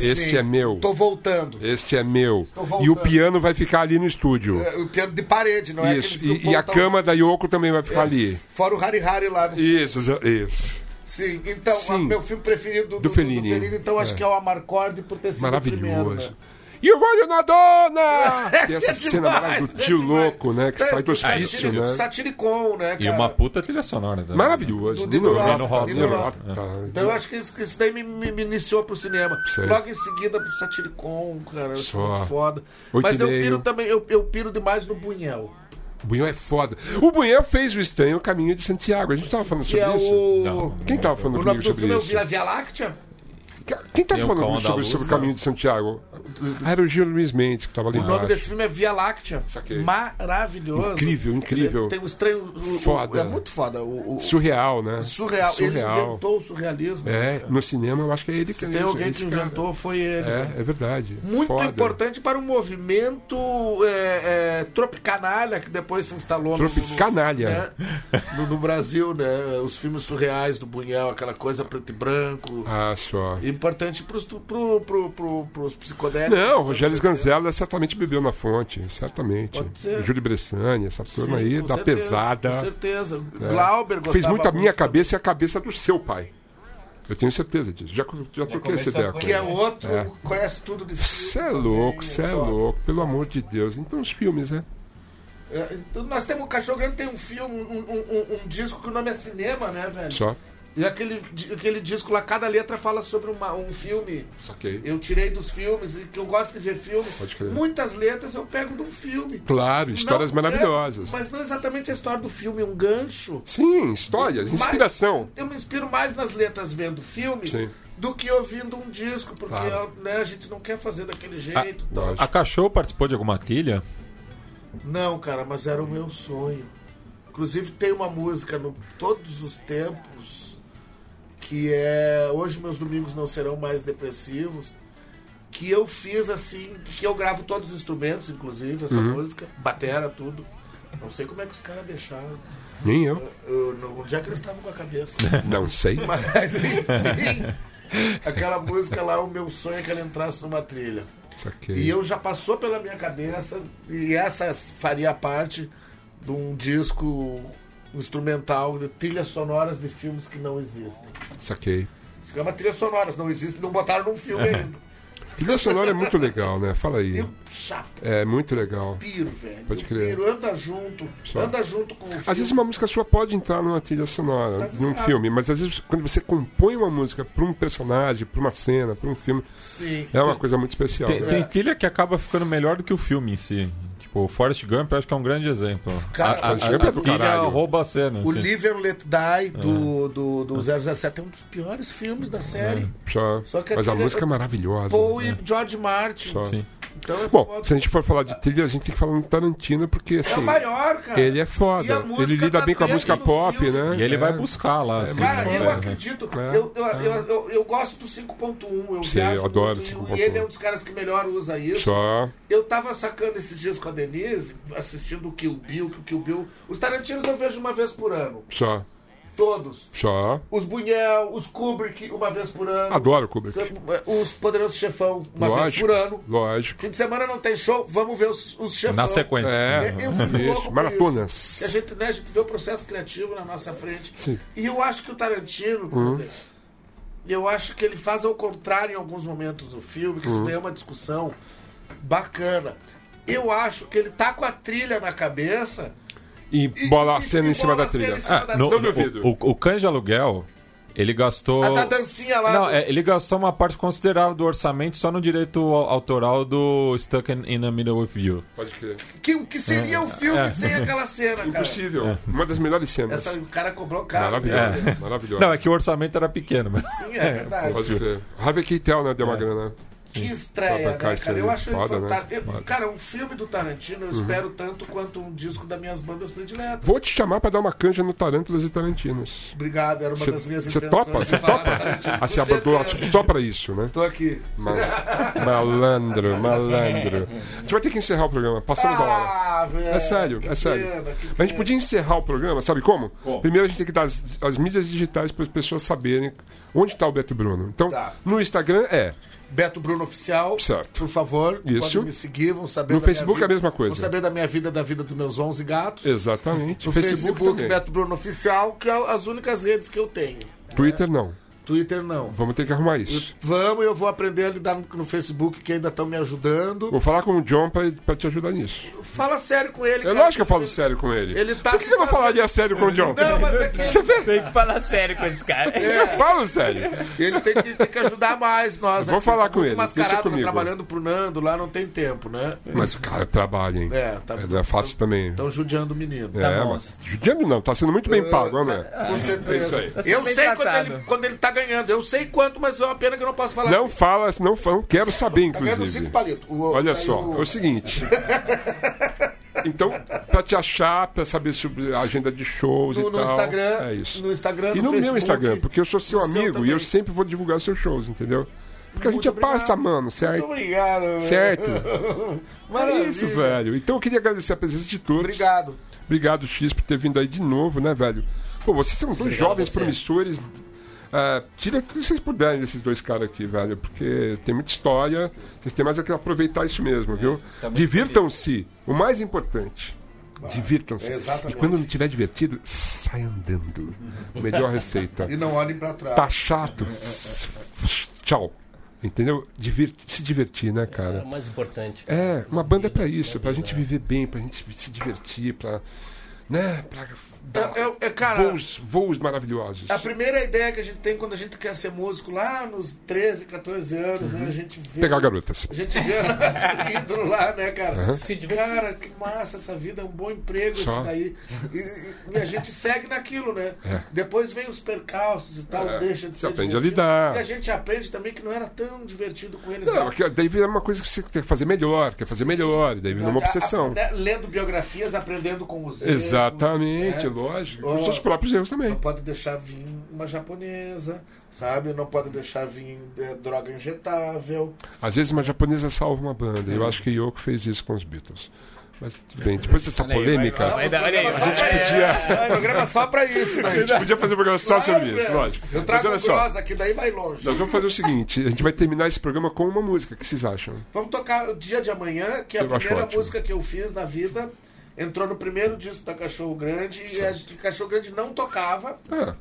Speaker 3: Este
Speaker 5: Sim.
Speaker 3: é meu.
Speaker 5: Tô voltando.
Speaker 3: Este é meu.
Speaker 5: voltando.
Speaker 3: E o piano vai ficar ali no estúdio.
Speaker 5: É, O piano de parede, não é
Speaker 3: Isso.
Speaker 5: aqueles que
Speaker 3: E,
Speaker 5: o
Speaker 3: e a
Speaker 5: povo tá-
Speaker 3: cama da Yoko também vai ficar ali.
Speaker 5: Fora o Hari Hari lá. No...
Speaker 3: Isso, exa- isso.
Speaker 5: Sim, então,
Speaker 3: Sim.
Speaker 5: a- meu filme preferido do, do,
Speaker 3: Fellini.
Speaker 5: então acho que é o Amarcord por ter sido o primeiro,
Speaker 3: Maravilhoso.
Speaker 5: né?
Speaker 3: E o Olho na Dona! Tem essa
Speaker 5: É
Speaker 3: cena
Speaker 5: demais,
Speaker 3: maravilhosa do
Speaker 5: é
Speaker 3: tio
Speaker 5: demais.
Speaker 3: louco, né? Que
Speaker 5: É,
Speaker 3: sai do
Speaker 5: do
Speaker 3: hospício,
Speaker 5: satiri-
Speaker 3: né?
Speaker 5: Satiricon, né,
Speaker 4: E
Speaker 5: cara?
Speaker 4: uma puta trilha sonora também.
Speaker 5: Do
Speaker 3: Maravilhoso.
Speaker 5: Nino
Speaker 3: Nino
Speaker 5: Rota,
Speaker 3: Rota,
Speaker 5: Nino
Speaker 3: Nino
Speaker 5: Rota.
Speaker 3: Rota.
Speaker 5: Então eu acho que isso, que isso daí me, me, me iniciou pro cinema.
Speaker 3: Sei.
Speaker 5: Logo em seguida pro Satiricon, cara. eu acho
Speaker 3: Só.
Speaker 5: Muito foda.
Speaker 3: Oito
Speaker 5: Mas
Speaker 3: e
Speaker 5: eu
Speaker 3: meio.
Speaker 5: piro também, eu, eu piro demais no Bunhel.
Speaker 3: O Bunhão é foda. O Bunhão fez o estranho Caminho de Santiago. A gente tava falando
Speaker 5: Que
Speaker 3: sobre
Speaker 5: é
Speaker 3: isso.
Speaker 5: o.
Speaker 4: Não.
Speaker 3: Quem tava falando
Speaker 5: O nome
Speaker 3: comigo
Speaker 5: do filme
Speaker 3: sobre
Speaker 5: é o
Speaker 3: isso?
Speaker 5: Via Via Láctea?
Speaker 3: Quem tava
Speaker 4: Tem o
Speaker 3: falando
Speaker 4: Cão da
Speaker 3: sobre,
Speaker 4: Luz,
Speaker 3: sobre o
Speaker 4: né?
Speaker 3: Caminho de Santiago? Ah, era o Gil Luiz Mendes que tava ali
Speaker 5: O nome
Speaker 3: embaixo.
Speaker 5: desse filme é Via Láctea.
Speaker 3: Saquei.
Speaker 5: Maravilhoso.
Speaker 3: Incrível, incrível.
Speaker 5: Tem um estranho. o- o-
Speaker 3: Foda.
Speaker 5: É muito foda. O, o-
Speaker 3: Surreal, né?
Speaker 5: surreal. Ele
Speaker 3: Surreal.
Speaker 5: inventou o surrealismo. né,
Speaker 3: É,
Speaker 5: cara.
Speaker 3: no cinema eu acho que é ele que
Speaker 5: Se tem alguém
Speaker 3: esse
Speaker 5: que
Speaker 3: cara.
Speaker 5: inventou, foi ele. velho.
Speaker 3: É, é verdade.
Speaker 5: Muito
Speaker 3: Foda.
Speaker 5: importante para o movimento é, é, tropicanalha que depois se instalou no-
Speaker 3: Tropicanalha.
Speaker 5: No, né? no, no Brasil, né? Os filmes surreais do Bunhel, aquela coisa preto e branco.
Speaker 3: Ah, só.
Speaker 5: Importante pros, pro, pro, pro, pros psicodélicos.
Speaker 3: Não, o Rogério Ganzella certamente bebeu na fonte, certamente.
Speaker 5: Pode ser.
Speaker 3: O Júlio Bressani, essa
Speaker 5: Sim,
Speaker 3: turma aí,
Speaker 5: com
Speaker 3: da
Speaker 5: certeza,
Speaker 3: pesada.
Speaker 5: Com certeza. Glauber gostava
Speaker 3: Fez muito a minha
Speaker 5: também,
Speaker 3: cabeça e a cabeça do seu pai. Eu tenho certeza disso. Já, já troquei essa
Speaker 7: começou
Speaker 3: ideia.
Speaker 7: a
Speaker 3: com
Speaker 5: Que é
Speaker 3: ele.
Speaker 5: outro, conhece tudo de
Speaker 3: Cê é
Speaker 5: também,
Speaker 3: louco, cê é
Speaker 5: foda.
Speaker 3: louco, pelo amor de Deus. Então os filmes, né?
Speaker 5: É, então nós temos o Cachorro Grande, tem um filme, um, um- um- um disco que o nome é Cinema, né, velho?
Speaker 3: Só,
Speaker 5: E aquele, di- aquele disco lá, cada letra fala sobre uma- um filme.
Speaker 3: saquei.
Speaker 5: Eu tirei dos filmes, e que eu gosto de ver filme.
Speaker 3: Pode crer.
Speaker 5: Muitas letras eu pego de um filme.
Speaker 3: Claro, histórias
Speaker 5: Não,
Speaker 3: maravilhosas.
Speaker 5: é, mas não exatamente a história do filme, um gancho.
Speaker 3: Sim, histórias,
Speaker 5: Mas
Speaker 3: inspiração.
Speaker 5: eu me inspiro mais nas letras vendo filme
Speaker 3: Sim.
Speaker 5: do que ouvindo um disco, porque
Speaker 3: Claro. Ah,
Speaker 5: né, a gente não quer fazer daquele jeito. tal.
Speaker 3: lógico.
Speaker 4: A Cachorro participou de alguma trilha?
Speaker 5: Não, cara, mas era o meu sonho. Inclusive tem uma música no Todos os Tempos que é Hoje meus domingos não serão mais depressivos, que eu fiz assim, que eu gravo todos os instrumentos, inclusive
Speaker 3: Uhum.
Speaker 5: essa música, batera tudo. Não sei como é que os caras deixaram.
Speaker 3: Nem eu.
Speaker 5: Eu, não- onde é que eles estavam com a cabeça?
Speaker 3: Não sei.
Speaker 5: Mas enfim, aquela música lá, o meu sonho é que ela entrasse numa trilha.
Speaker 3: Saquei.
Speaker 5: E eu já passou pela minha cabeça, e essa faria parte de um disco instrumental de trilhas sonoras de filmes que não existem.
Speaker 3: Saquei.
Speaker 5: Isso que é uma trilha sonora, não existe, não botaram num filme ainda.
Speaker 3: Trilha sonora é muito legal, né? Fala aí.
Speaker 5: Eu chapo,
Speaker 3: É muito legal.
Speaker 5: piro, velho.
Speaker 3: Pode
Speaker 5: Eu
Speaker 3: crer.
Speaker 5: Piro, anda junto,
Speaker 3: Só.
Speaker 5: anda junto com o filme.
Speaker 3: Às vezes uma música sua pode entrar numa trilha sonora,
Speaker 5: Tá
Speaker 3: num
Speaker 5: viciado.
Speaker 3: filme, mas às vezes quando você compõe uma música para um personagem, para uma cena, para um filme,
Speaker 5: Sim.
Speaker 3: é uma coisa muito especial.
Speaker 4: Tem,
Speaker 3: né?
Speaker 4: tem trilha que acaba ficando melhor do que o filme em si. Tipo, o Forrest Gump eu acho que é um grande exemplo.
Speaker 5: Cara,
Speaker 4: a, a, a,
Speaker 3: Forrest Gump é
Speaker 4: a
Speaker 3: do
Speaker 4: trilha
Speaker 3: caralho.
Speaker 4: rouba a cena.
Speaker 5: O
Speaker 4: assim.
Speaker 5: Live and Let Die
Speaker 3: Ah.
Speaker 5: do, do, do 007 é um dos piores filmes da série.
Speaker 3: Só-
Speaker 5: Só que a
Speaker 3: mas a
Speaker 5: trilha-
Speaker 3: música é maravilhosa.
Speaker 5: Paul e George Martin.
Speaker 3: Só.
Speaker 4: Sim.
Speaker 5: Então é
Speaker 3: Bom,
Speaker 5: foda.
Speaker 3: se a gente for falar de trilha, a gente tem que falar no Tarantino, porque
Speaker 5: É o
Speaker 3: assim,
Speaker 5: maior, cara.
Speaker 3: ele é
Speaker 5: E a
Speaker 3: foda.
Speaker 5: música
Speaker 3: Ele lida
Speaker 5: tá
Speaker 3: bem com a
Speaker 5: dentro
Speaker 3: música
Speaker 5: do
Speaker 3: pop,
Speaker 5: filme.
Speaker 3: né?
Speaker 4: E ele
Speaker 3: É.
Speaker 4: vai buscar lá. assim,
Speaker 5: Cara,
Speaker 4: né?
Speaker 5: eu acredito.
Speaker 3: É.
Speaker 5: Eu, eu, eu, eu, eu gosto do 5.1. Eu
Speaker 3: Sim,
Speaker 5: viajo
Speaker 3: eu
Speaker 5: muito
Speaker 3: adoro
Speaker 5: e-
Speaker 3: 5.1.
Speaker 5: E ele é um dos caras que melhor usa isso.
Speaker 3: Só.
Speaker 5: Eu tava sacando esses dias com a Denise, assistindo o Kill Bill, que o Kill Bill. Os Tarantinos eu vejo uma vez por ano.
Speaker 3: Só.
Speaker 5: Todos.
Speaker 3: Só.
Speaker 5: Os Bunhel, os Kubrick, uma vez por ano.
Speaker 3: Adoro o Kubrick.
Speaker 5: é Os Poderosos Chefão, uma vez
Speaker 3: Lógico.
Speaker 5: por ano.
Speaker 3: Lógico.
Speaker 5: Fim de semana não tem show, vamos ver os, os chefão.
Speaker 4: Na sequência.
Speaker 3: É.
Speaker 5: né, Eu fico louco
Speaker 3: Isso.
Speaker 5: por isso. Que a
Speaker 3: Maratonas.
Speaker 5: gente, né, a gente vê o processo criativo na nossa frente.
Speaker 3: Sim. Uhum.
Speaker 5: E eu acho que o Tarantino, Bruder, eu acho que ele faz ao contrário em alguns momentos do filme, que
Speaker 3: Uhum.
Speaker 5: isso daí é uma discussão bacana. Eu acho que ele tá com a trilha na cabeça.
Speaker 3: E bola a cena
Speaker 5: e
Speaker 3: em cima
Speaker 5: bola
Speaker 3: da
Speaker 5: a cena
Speaker 3: trilha.
Speaker 5: em cima
Speaker 3: Ah,
Speaker 5: da
Speaker 4: No-
Speaker 5: trilha.
Speaker 3: Não duvido.
Speaker 4: o, o, o Cães de Aluguel, ele
Speaker 3: Oh.
Speaker 4: gastou...
Speaker 5: Ah, tá a dancinha lá.
Speaker 4: Não,
Speaker 5: do-
Speaker 4: é, ele gastou uma parte considerável do orçamento só no direito au- autoral do Stuck in, in the Middle with You.
Speaker 3: pode crer.
Speaker 5: que, o que seria o filme sem aquela cena, cara?
Speaker 3: É.
Speaker 4: é.
Speaker 3: Impossível. Uma das melhores cenas.
Speaker 5: Essa, o cara cobrou caro.
Speaker 3: Maravilhosa.
Speaker 5: né?
Speaker 3: Maravilhosa.
Speaker 4: Não, é que o orçamento era pequeno, mas...
Speaker 5: Sim, é verdade.
Speaker 3: Pode crer. Harvey Keitel, né?
Speaker 4: É.
Speaker 3: Deu uma grana.
Speaker 5: Que
Speaker 3: Pra
Speaker 5: estreia, né,
Speaker 3: cá,
Speaker 5: cara?
Speaker 3: estreia.
Speaker 5: Eu acho ele
Speaker 3: Foda, né?
Speaker 5: fantástico. Eu-
Speaker 3: Foda. Uhum.
Speaker 5: Cara, um filme do Tarantino eu espero tanto quanto um disco das minhas bandas prediletas.
Speaker 3: Vou te chamar pra dar uma canja no Tarântulas e Tarantinos.
Speaker 5: Obrigado, era uma
Speaker 3: Cê-
Speaker 5: das minhas
Speaker 3: cê
Speaker 5: intenções.
Speaker 3: topa? Cê
Speaker 5: de falar do Tarantino.
Speaker 3: Assim,
Speaker 5: Com
Speaker 3: abordou
Speaker 5: certeza.
Speaker 3: só pra isso, né?
Speaker 5: Tô aqui.
Speaker 3: Mal- Malandro, malandro. A gente vai ter que encerrar o programa. Passamos a hora.
Speaker 5: Ah, velho.
Speaker 3: É sério,
Speaker 5: que
Speaker 3: é sério.
Speaker 5: pena, que
Speaker 3: Mas a gente
Speaker 5: pena.
Speaker 3: podia encerrar o programa, sabe como? Primeiro a gente tem que dar as, as mídias digitais para as pessoas saberem onde está o Beto tá Bruno. Então,
Speaker 5: Tá.
Speaker 3: no Instagram é
Speaker 5: Beto Bruno Oficial.
Speaker 3: Certo.
Speaker 5: Por favor,
Speaker 3: Isso.
Speaker 5: podem me seguir, vão saber
Speaker 3: No
Speaker 5: da minha
Speaker 3: Facebook é a
Speaker 5: vida-
Speaker 3: mesma coisa.
Speaker 5: Vão saber da minha vida, da vida dos meus 11 gatos.
Speaker 3: Exatamente.
Speaker 5: No Facebook,
Speaker 3: também.
Speaker 5: Beto Bruno Oficial, que é as únicas redes que eu tenho.
Speaker 3: Twitter não.
Speaker 5: Twitter não.
Speaker 3: Vamos ter que arrumar isso.
Speaker 5: Vamos, eu vou aprender a lidar no no Facebook, que ainda estão me ajudando.
Speaker 3: Vou falar com o John pra, pra te ajudar nisso.
Speaker 5: Fala sério com ele.
Speaker 3: É
Speaker 5: cara.
Speaker 3: lógico que eu falo sério com ele.
Speaker 5: Ele tá
Speaker 3: Por que,
Speaker 5: se
Speaker 3: que eu não
Speaker 5: fazendo-
Speaker 3: falaria sério com o John?
Speaker 5: Não, mas é que
Speaker 3: Você vê?
Speaker 7: Tem que falar sério com esse cara.
Speaker 3: Eu falo sério.
Speaker 5: ele tem que, tem que ajudar mais nós.
Speaker 3: Eu vou
Speaker 5: aqui.
Speaker 3: falar
Speaker 5: Tá
Speaker 3: com
Speaker 5: muito
Speaker 3: ele, deixa
Speaker 5: mascarado, tá
Speaker 3: comigo.
Speaker 5: trabalhando pro Nando lá, não tem tempo, né?
Speaker 3: Mas o cara trabalha, hein?
Speaker 5: É, tá-
Speaker 3: Não é fácil também.
Speaker 5: Estão judiando o menino.
Speaker 3: é,
Speaker 7: bom.
Speaker 3: mas judiando não, tá sendo muito bem pago, né?
Speaker 5: Com certeza.
Speaker 3: É isso
Speaker 5: Eu
Speaker 7: Tá sendo
Speaker 5: sei
Speaker 7: bem
Speaker 5: quando
Speaker 7: tratado.
Speaker 5: ele, quando ele tá ganhando. Eu sei quanto, mas é uma pena que eu não posso falar.
Speaker 3: Não fala, não, fa- não quero saber,
Speaker 5: tá ganhando cinco
Speaker 3: inclusive.
Speaker 5: palitos. O- tá
Speaker 3: Olha
Speaker 5: aí
Speaker 3: só,
Speaker 5: o-
Speaker 3: é o seguinte. Então, pra te achar, pra saber sobre a agenda de shows
Speaker 5: no,
Speaker 3: e
Speaker 5: no
Speaker 3: tal.
Speaker 5: Instagram.
Speaker 3: É isso.
Speaker 5: No Instagram,
Speaker 3: E no meu
Speaker 5: Facebook.
Speaker 3: Instagram, porque eu sou seu
Speaker 5: no seu
Speaker 3: amigo e eu
Speaker 5: também.
Speaker 3: sempre vou divulgar seus shows, entendeu? Porque a gente é
Speaker 5: obrigado.
Speaker 3: parça, mano,
Speaker 5: Muito
Speaker 3: certo?
Speaker 5: obrigado.
Speaker 3: Certo. É
Speaker 5: Maravilha.
Speaker 3: isso, velho. Então eu queria agradecer a presença de todos.
Speaker 5: Obrigado.
Speaker 3: Obrigado, X, por ter vindo aí de novo, né, velho? Pô, vocês são dois jovens promissores. Ah, tira tudo que vocês puderem desses dois caras aqui, velho, porque tem muita história. Vocês têm mais é que aproveitar isso mesmo, viu? Divirtam-se. O mais importante. Divirtam-se.
Speaker 5: exatamente.
Speaker 3: e quando não tiver divertido, sai andando. Melhor receita.
Speaker 5: E não olhem pra trás.
Speaker 3: Tá chato? s- f- Tchau. Entendeu? Divirti- se divertir, né,
Speaker 1: É
Speaker 3: cara?
Speaker 1: o mais importante.
Speaker 3: É, uma banda é pra isso, pra gente viver bem, pra gente se divertir, pra. Né? Pra dar
Speaker 5: É, é, é, cara, é,
Speaker 3: voos, voos maravilhosos.
Speaker 5: a primeira ideia que a gente tem quando a gente quer ser músico lá nos 13, 14 anos, né? A gente vê.
Speaker 3: Uhum. Pegar garotas.
Speaker 5: A gente vê nosso ídolo lá, né, cara?
Speaker 1: Se divertir.
Speaker 5: Cara, que massa essa vida, é um bom emprego
Speaker 3: Uhum. Só.
Speaker 5: isso daí. E, e- e a gente segue naquilo, né?
Speaker 3: É.
Speaker 5: Depois vem os percalços e tal,
Speaker 3: É,
Speaker 5: deixa de
Speaker 3: você
Speaker 5: ser
Speaker 3: aprende a
Speaker 5: divertido.
Speaker 3: lidar.
Speaker 5: E a gente aprende também que não era tão divertido com eles.
Speaker 3: Não, é
Speaker 5: né?
Speaker 3: que- daí vira uma coisa que você quer fazer melhor, quer fazer melhor, e daí vira uma
Speaker 5: A- a-
Speaker 3: obsessão.
Speaker 5: né, lendo biografias, aprendendo com os erros,
Speaker 3: Exatamente,
Speaker 5: né?
Speaker 3: lógico.
Speaker 5: Ó,
Speaker 3: Os seus próprios erros
Speaker 5: Não
Speaker 3: também.
Speaker 5: pode deixar vir uma japonesa, sabe? Não pode deixar vir eh, droga injetável.
Speaker 3: Às vezes uma japonesa salva uma banda.
Speaker 5: É.
Speaker 3: Eu acho que Yoko fez isso com os Beatles. Mas tudo bem, depois dessa polêmica.
Speaker 7: Vai dar- olha aí.
Speaker 5: Programa só pra- É, programa só pra isso, né?
Speaker 3: A gente podia fazer um programa só sobre isso,
Speaker 5: Claro, é.
Speaker 3: lógico.
Speaker 5: Eu
Speaker 3: Mas
Speaker 5: trago um
Speaker 3: olha
Speaker 5: o
Speaker 3: só,
Speaker 5: Gross aqui, daí vai longe.
Speaker 3: nós vamos fazer o seguinte: a gente vai terminar esse programa com uma música. O que vocês acham?
Speaker 5: Vamos tocar o Dia de Amanhã, que é a
Speaker 3: Eu acho
Speaker 5: primeira
Speaker 3: ótimo.
Speaker 5: música que eu fiz na vida. Entrou no primeiro disco da Cachorro Grande e a gente- Cachorro Grande não tocava.
Speaker 3: Ah,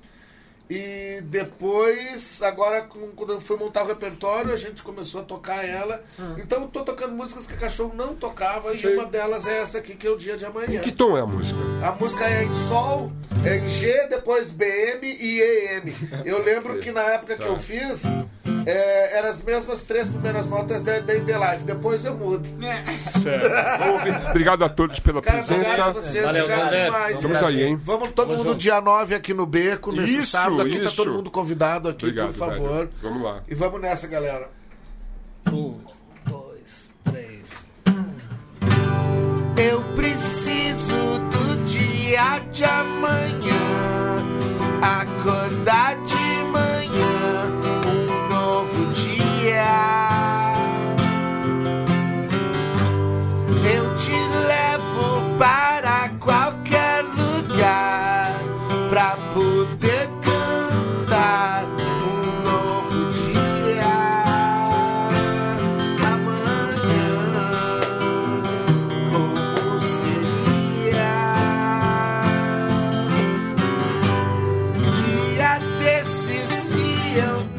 Speaker 5: E depois, agora, com- quando eu fui montar o repertório, a gente começou a tocar ela. Então eu tô tocando músicas que Cachorro não tocava e uma delas é essa aqui, que é o Dia de Amanhã.
Speaker 3: que tom é a música?
Speaker 5: A música é em Sol, é em G, depois BM e EM. Eu lembro que na época
Speaker 3: Tá.
Speaker 5: que eu fiz, é, eram as mesmas três primeiras notas da da In The Life. Depois eu mudo.
Speaker 3: Obrigado a todos pela
Speaker 5: Cara, obrigado a
Speaker 3: presença.
Speaker 5: é vocês,
Speaker 1: Valeu,
Speaker 5: obrigado
Speaker 1: Dondé.
Speaker 5: demais. né?
Speaker 3: Estamos aí, hein?
Speaker 5: Vamos todo mundo dia 9 aqui no Beco, nesse
Speaker 3: Isso,
Speaker 5: sábado. Aqui tá
Speaker 3: isso.
Speaker 5: todo mundo convidado aqui,
Speaker 3: Obrigado,
Speaker 5: por favor.
Speaker 3: velho. Vamos lá.
Speaker 5: E vamos nessa, galera.
Speaker 8: Um, Eu preciso do dia de amanhã. Acordar de manhã, um novo dia. Eu te levo para qualquer lugar pra poder cantar um novo dia. Amanhã, como seria? um um um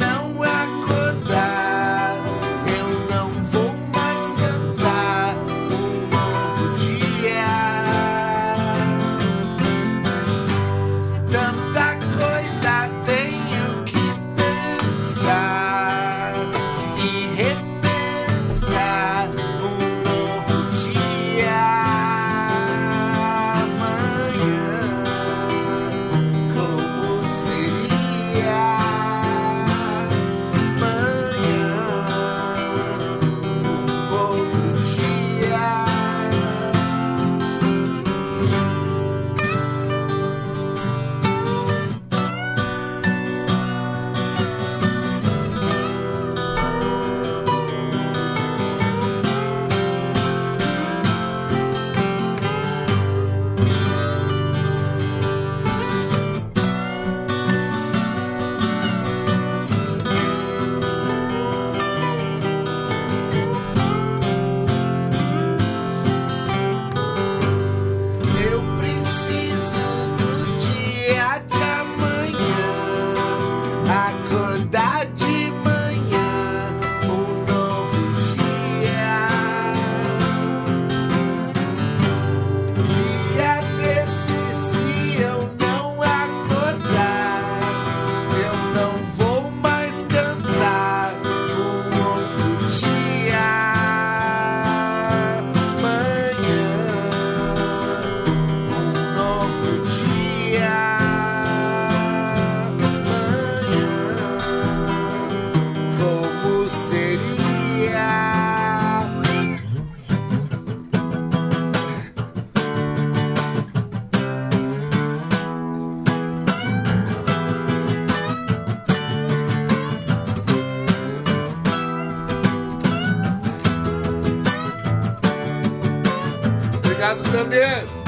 Speaker 5: um
Speaker 8: é um um
Speaker 5: Obrigado, Xander.